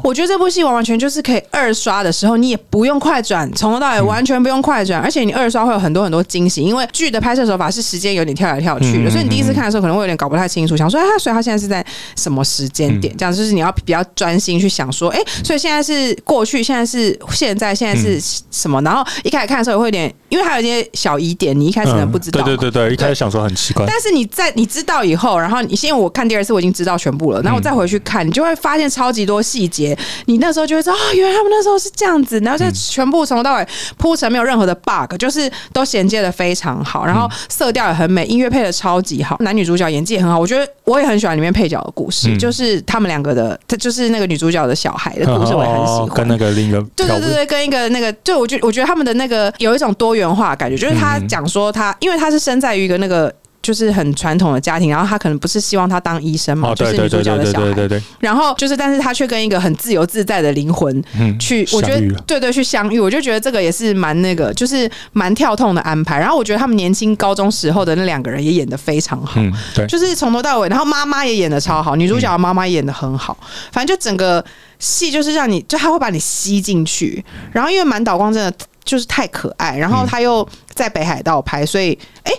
S1: 我觉得这部戏完完全就是可以二刷的时候，你也不用快转，从头到尾完全不用快转，而且你二刷会有很多很多惊喜，因为剧的拍摄手法是时间有点跳来跳去
S2: 嗯
S1: 的，
S2: 嗯
S1: 所以你第一次看的时候可能会有点搞不太清楚，想说哎，所以他现在是在什么时间
S2: 嗯
S1: 点？这样就是你要比较专心去想说，哎，所以现在是过去，现在是现在，现在是什么？然后一开始看的时候也会有点，因为还有一些小疑点，你一开始可能
S2: 嗯
S1: 不知道嘛，
S2: 对对对对，一开始想说很奇怪，
S1: 但是你在你知道以后，然后你因为我看第二次我已经知道全部
S2: 嗯
S1: 了，然后我再回去看，你就会发现超级多细节。你那时候就会说啊、原来他们那时候是这样子，然后
S2: 嗯
S1: 再全部从头到尾铺陈没有任何的 bug，就是都衔接的非常好，然
S2: 嗯
S1: 后色调也很美，音乐配的超级好，男女主角演技也很好。我觉得我也很喜欢里面配角的故事，
S2: 嗯
S1: 就是他们两个的，他就是那个女主角的小孩的故事，我也很喜
S2: 哦
S1: 欢。
S2: 跟那个另一个
S1: 对
S2: 跳
S1: 对
S2: 舞
S1: 对对，跟一个那个，对我觉我觉得他们的那个有一种多元化的感觉，就是他
S2: 嗯
S1: 讲说他，因为他是生在于一个那个。就是很传统的家庭，然后他可能不是希望他当医生嘛，
S2: 哦，
S1: 就
S2: 对
S1: 是
S2: 对
S1: 女主
S2: 对
S1: 角
S2: 对
S1: 的
S2: 对
S1: 小
S2: 对
S1: 孩。
S2: 对对，
S1: 然后就是，但是他却跟一个很自由自在的灵魂
S2: 嗯，
S1: 去，我觉
S2: 相遇
S1: 得
S2: 了
S1: 对对去相遇，我就觉得这个也是蛮那个，就是蛮跳痛的安排。然后我觉得他们年轻高中时候的那两个人也演的非常好。
S2: 嗯，对，
S1: 就是从头到尾，然后妈妈也演的超好，女主角的妈妈也演的很好，反正就整个戏就是让你，就她会把你吸进去。然后因为满岛光真的就是太可爱，然后她又在北海道拍，所以哎。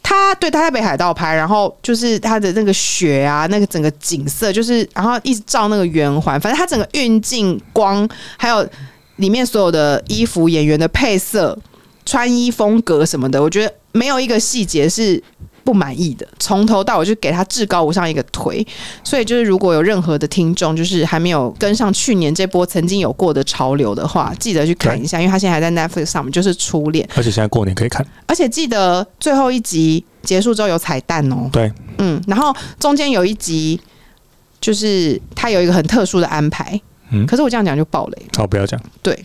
S1: 她对她在北海道拍，然后就是她的那个雪啊，那个整个景色，就是然后一直照那个圆环，反正她整个运镜、光，还有里面所有的衣服、演员的配色、穿衣风格什么的，我觉得没有一个细节是不满意的，从头到尾就给他至高无上一个推。所以就是如果有任何的听众，就是还没有跟上去年这波曾经有过的潮流的话，记得去看一下，因为他现在还在 Netflix 上面，就是《初恋》，
S2: 而且现在过年可以看，
S1: 而且记得最后一集结束之后有彩蛋哦。
S2: 对，
S1: 嗯，然后中间有一集。就是他有一个很特殊的安排，
S2: 嗯，
S1: 可是我这样讲就爆雷了。
S2: 好，哦不要讲，
S1: 对，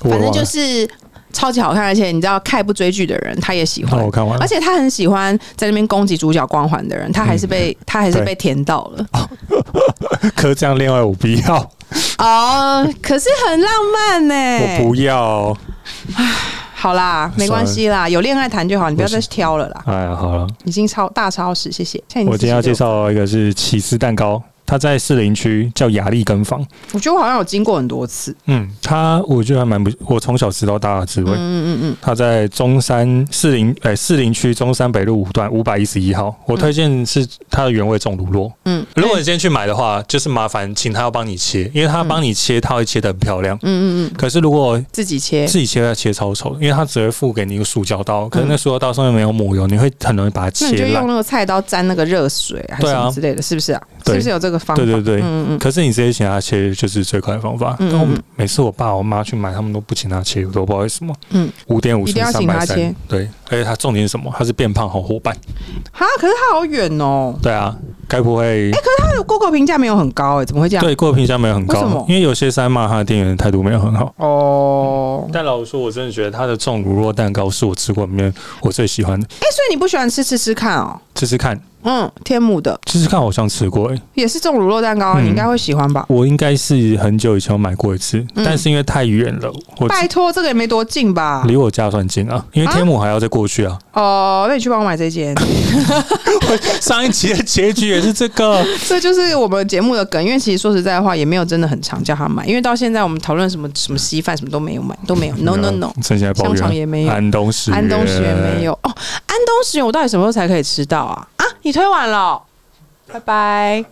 S2: 我
S1: 反正
S2: 忘
S1: 就
S2: 了
S1: 是超级好看，而且你知道，看不追剧的人他也喜欢
S2: 那我。看完了
S1: 而，且他很喜欢在那边攻击主角光环的人，他还是被、他还是
S2: 嗯对哦
S1: 被甜到了
S2: (laughs) 可是这样恋爱我不要，
S1: 哦，可是很浪漫呢、
S2: 我不要，
S1: 好啦，没关系啦，有恋爱谈就好，你不要再挑了啦，
S2: 哎呀，好了。
S1: 已经超大超时，谢谢。哎现在你
S2: 我今天要
S1: 自
S2: 介
S1: 己就，
S2: 绍一个是起司蛋糕，它在士林区叫雅丽根坊。
S1: 我觉得我好像有经过很多次，
S2: 嗯，它我觉得还蛮不，我从小吃到大的滋
S1: 嗯
S2: 味。
S1: 嗯嗯
S2: 它在中山士林，哎、士林区中山北路五段五百一十一号。我推荐是它的原味重乳酪。
S1: 嗯
S2: 如果你今天去买的话，就是麻烦请他要帮你切，因为他帮你切，他会切的很漂亮。
S1: 嗯嗯嗯，
S2: 可是如果
S1: 自己切，
S2: 自己切，要切超丑，因为他只会付给你一个塑胶刀，可是那塑胶刀上面没有抹油，你会很容易把
S1: 嗯那
S2: 它
S1: 你就
S2: 切烂
S1: 用。那个菜刀沾那个热水还是
S2: 对
S1: 什
S2: 啊
S1: 么之类的，是不是啊？
S2: 对
S1: 是不是有这个方法？
S2: 对对对
S1: 嗯嗯
S2: 可是你直接请他切就是最快的方法。
S1: 嗯嗯
S2: 但我
S1: 嗯
S2: 每次我爸我妈去买，他们都不请他切，我都不知道为什么。
S1: 嗯
S2: 嗯，五点五
S1: 一
S2: 十
S1: 定要
S2: 三
S1: 请他
S2: 百
S1: 切
S2: 三，对，而且他重点是什么？他是变胖好伙伴。
S1: 嗯，哈，可是它好远哦，
S2: 对啊，该不
S1: 哎
S2: 会、
S1: 它的 Google 评价没有很高哎、怎么会这样？
S2: 对过的评价没有很
S1: 为什么
S2: 高？因为有些山骂他的店员态度没有很好。
S1: 哦，
S2: 但老实说，我真的觉得他的重乳酪蛋糕是我吃过里面我最喜欢的。
S1: 哎、所以你不喜欢吃吃吃看哦？
S2: 吃吃看，
S1: 嗯，天母的
S2: 吃吃看，我好像吃过、欸，
S1: 也是这种乳酪蛋糕啊，
S2: 嗯
S1: 你应该会喜欢吧？
S2: 我应该是很久以前有买过一次，
S1: 嗯
S2: 但是因为太远了，我
S1: 拜托，这个也没多近吧？
S2: 离我家算近啊，因为天母还要再过去啊。
S1: 哦，那你去帮我买这件，啊
S2: (laughs) 上一集的结局也是这个，
S1: 这就是我们节目的梗。因为其实说实在话，也没有真的很常叫他买，因为到现在我们讨论什么什么稀饭什么都没有买，都 (laughs) 没有。No No No，
S2: 嗯趁现在抱
S1: 香肠
S2: 怨。
S1: 也没有，
S2: 安东石，
S1: 安东石也没。有。哦，安东石我到底什么时候才可以吃到啊？啊，你推完了哦，拜拜。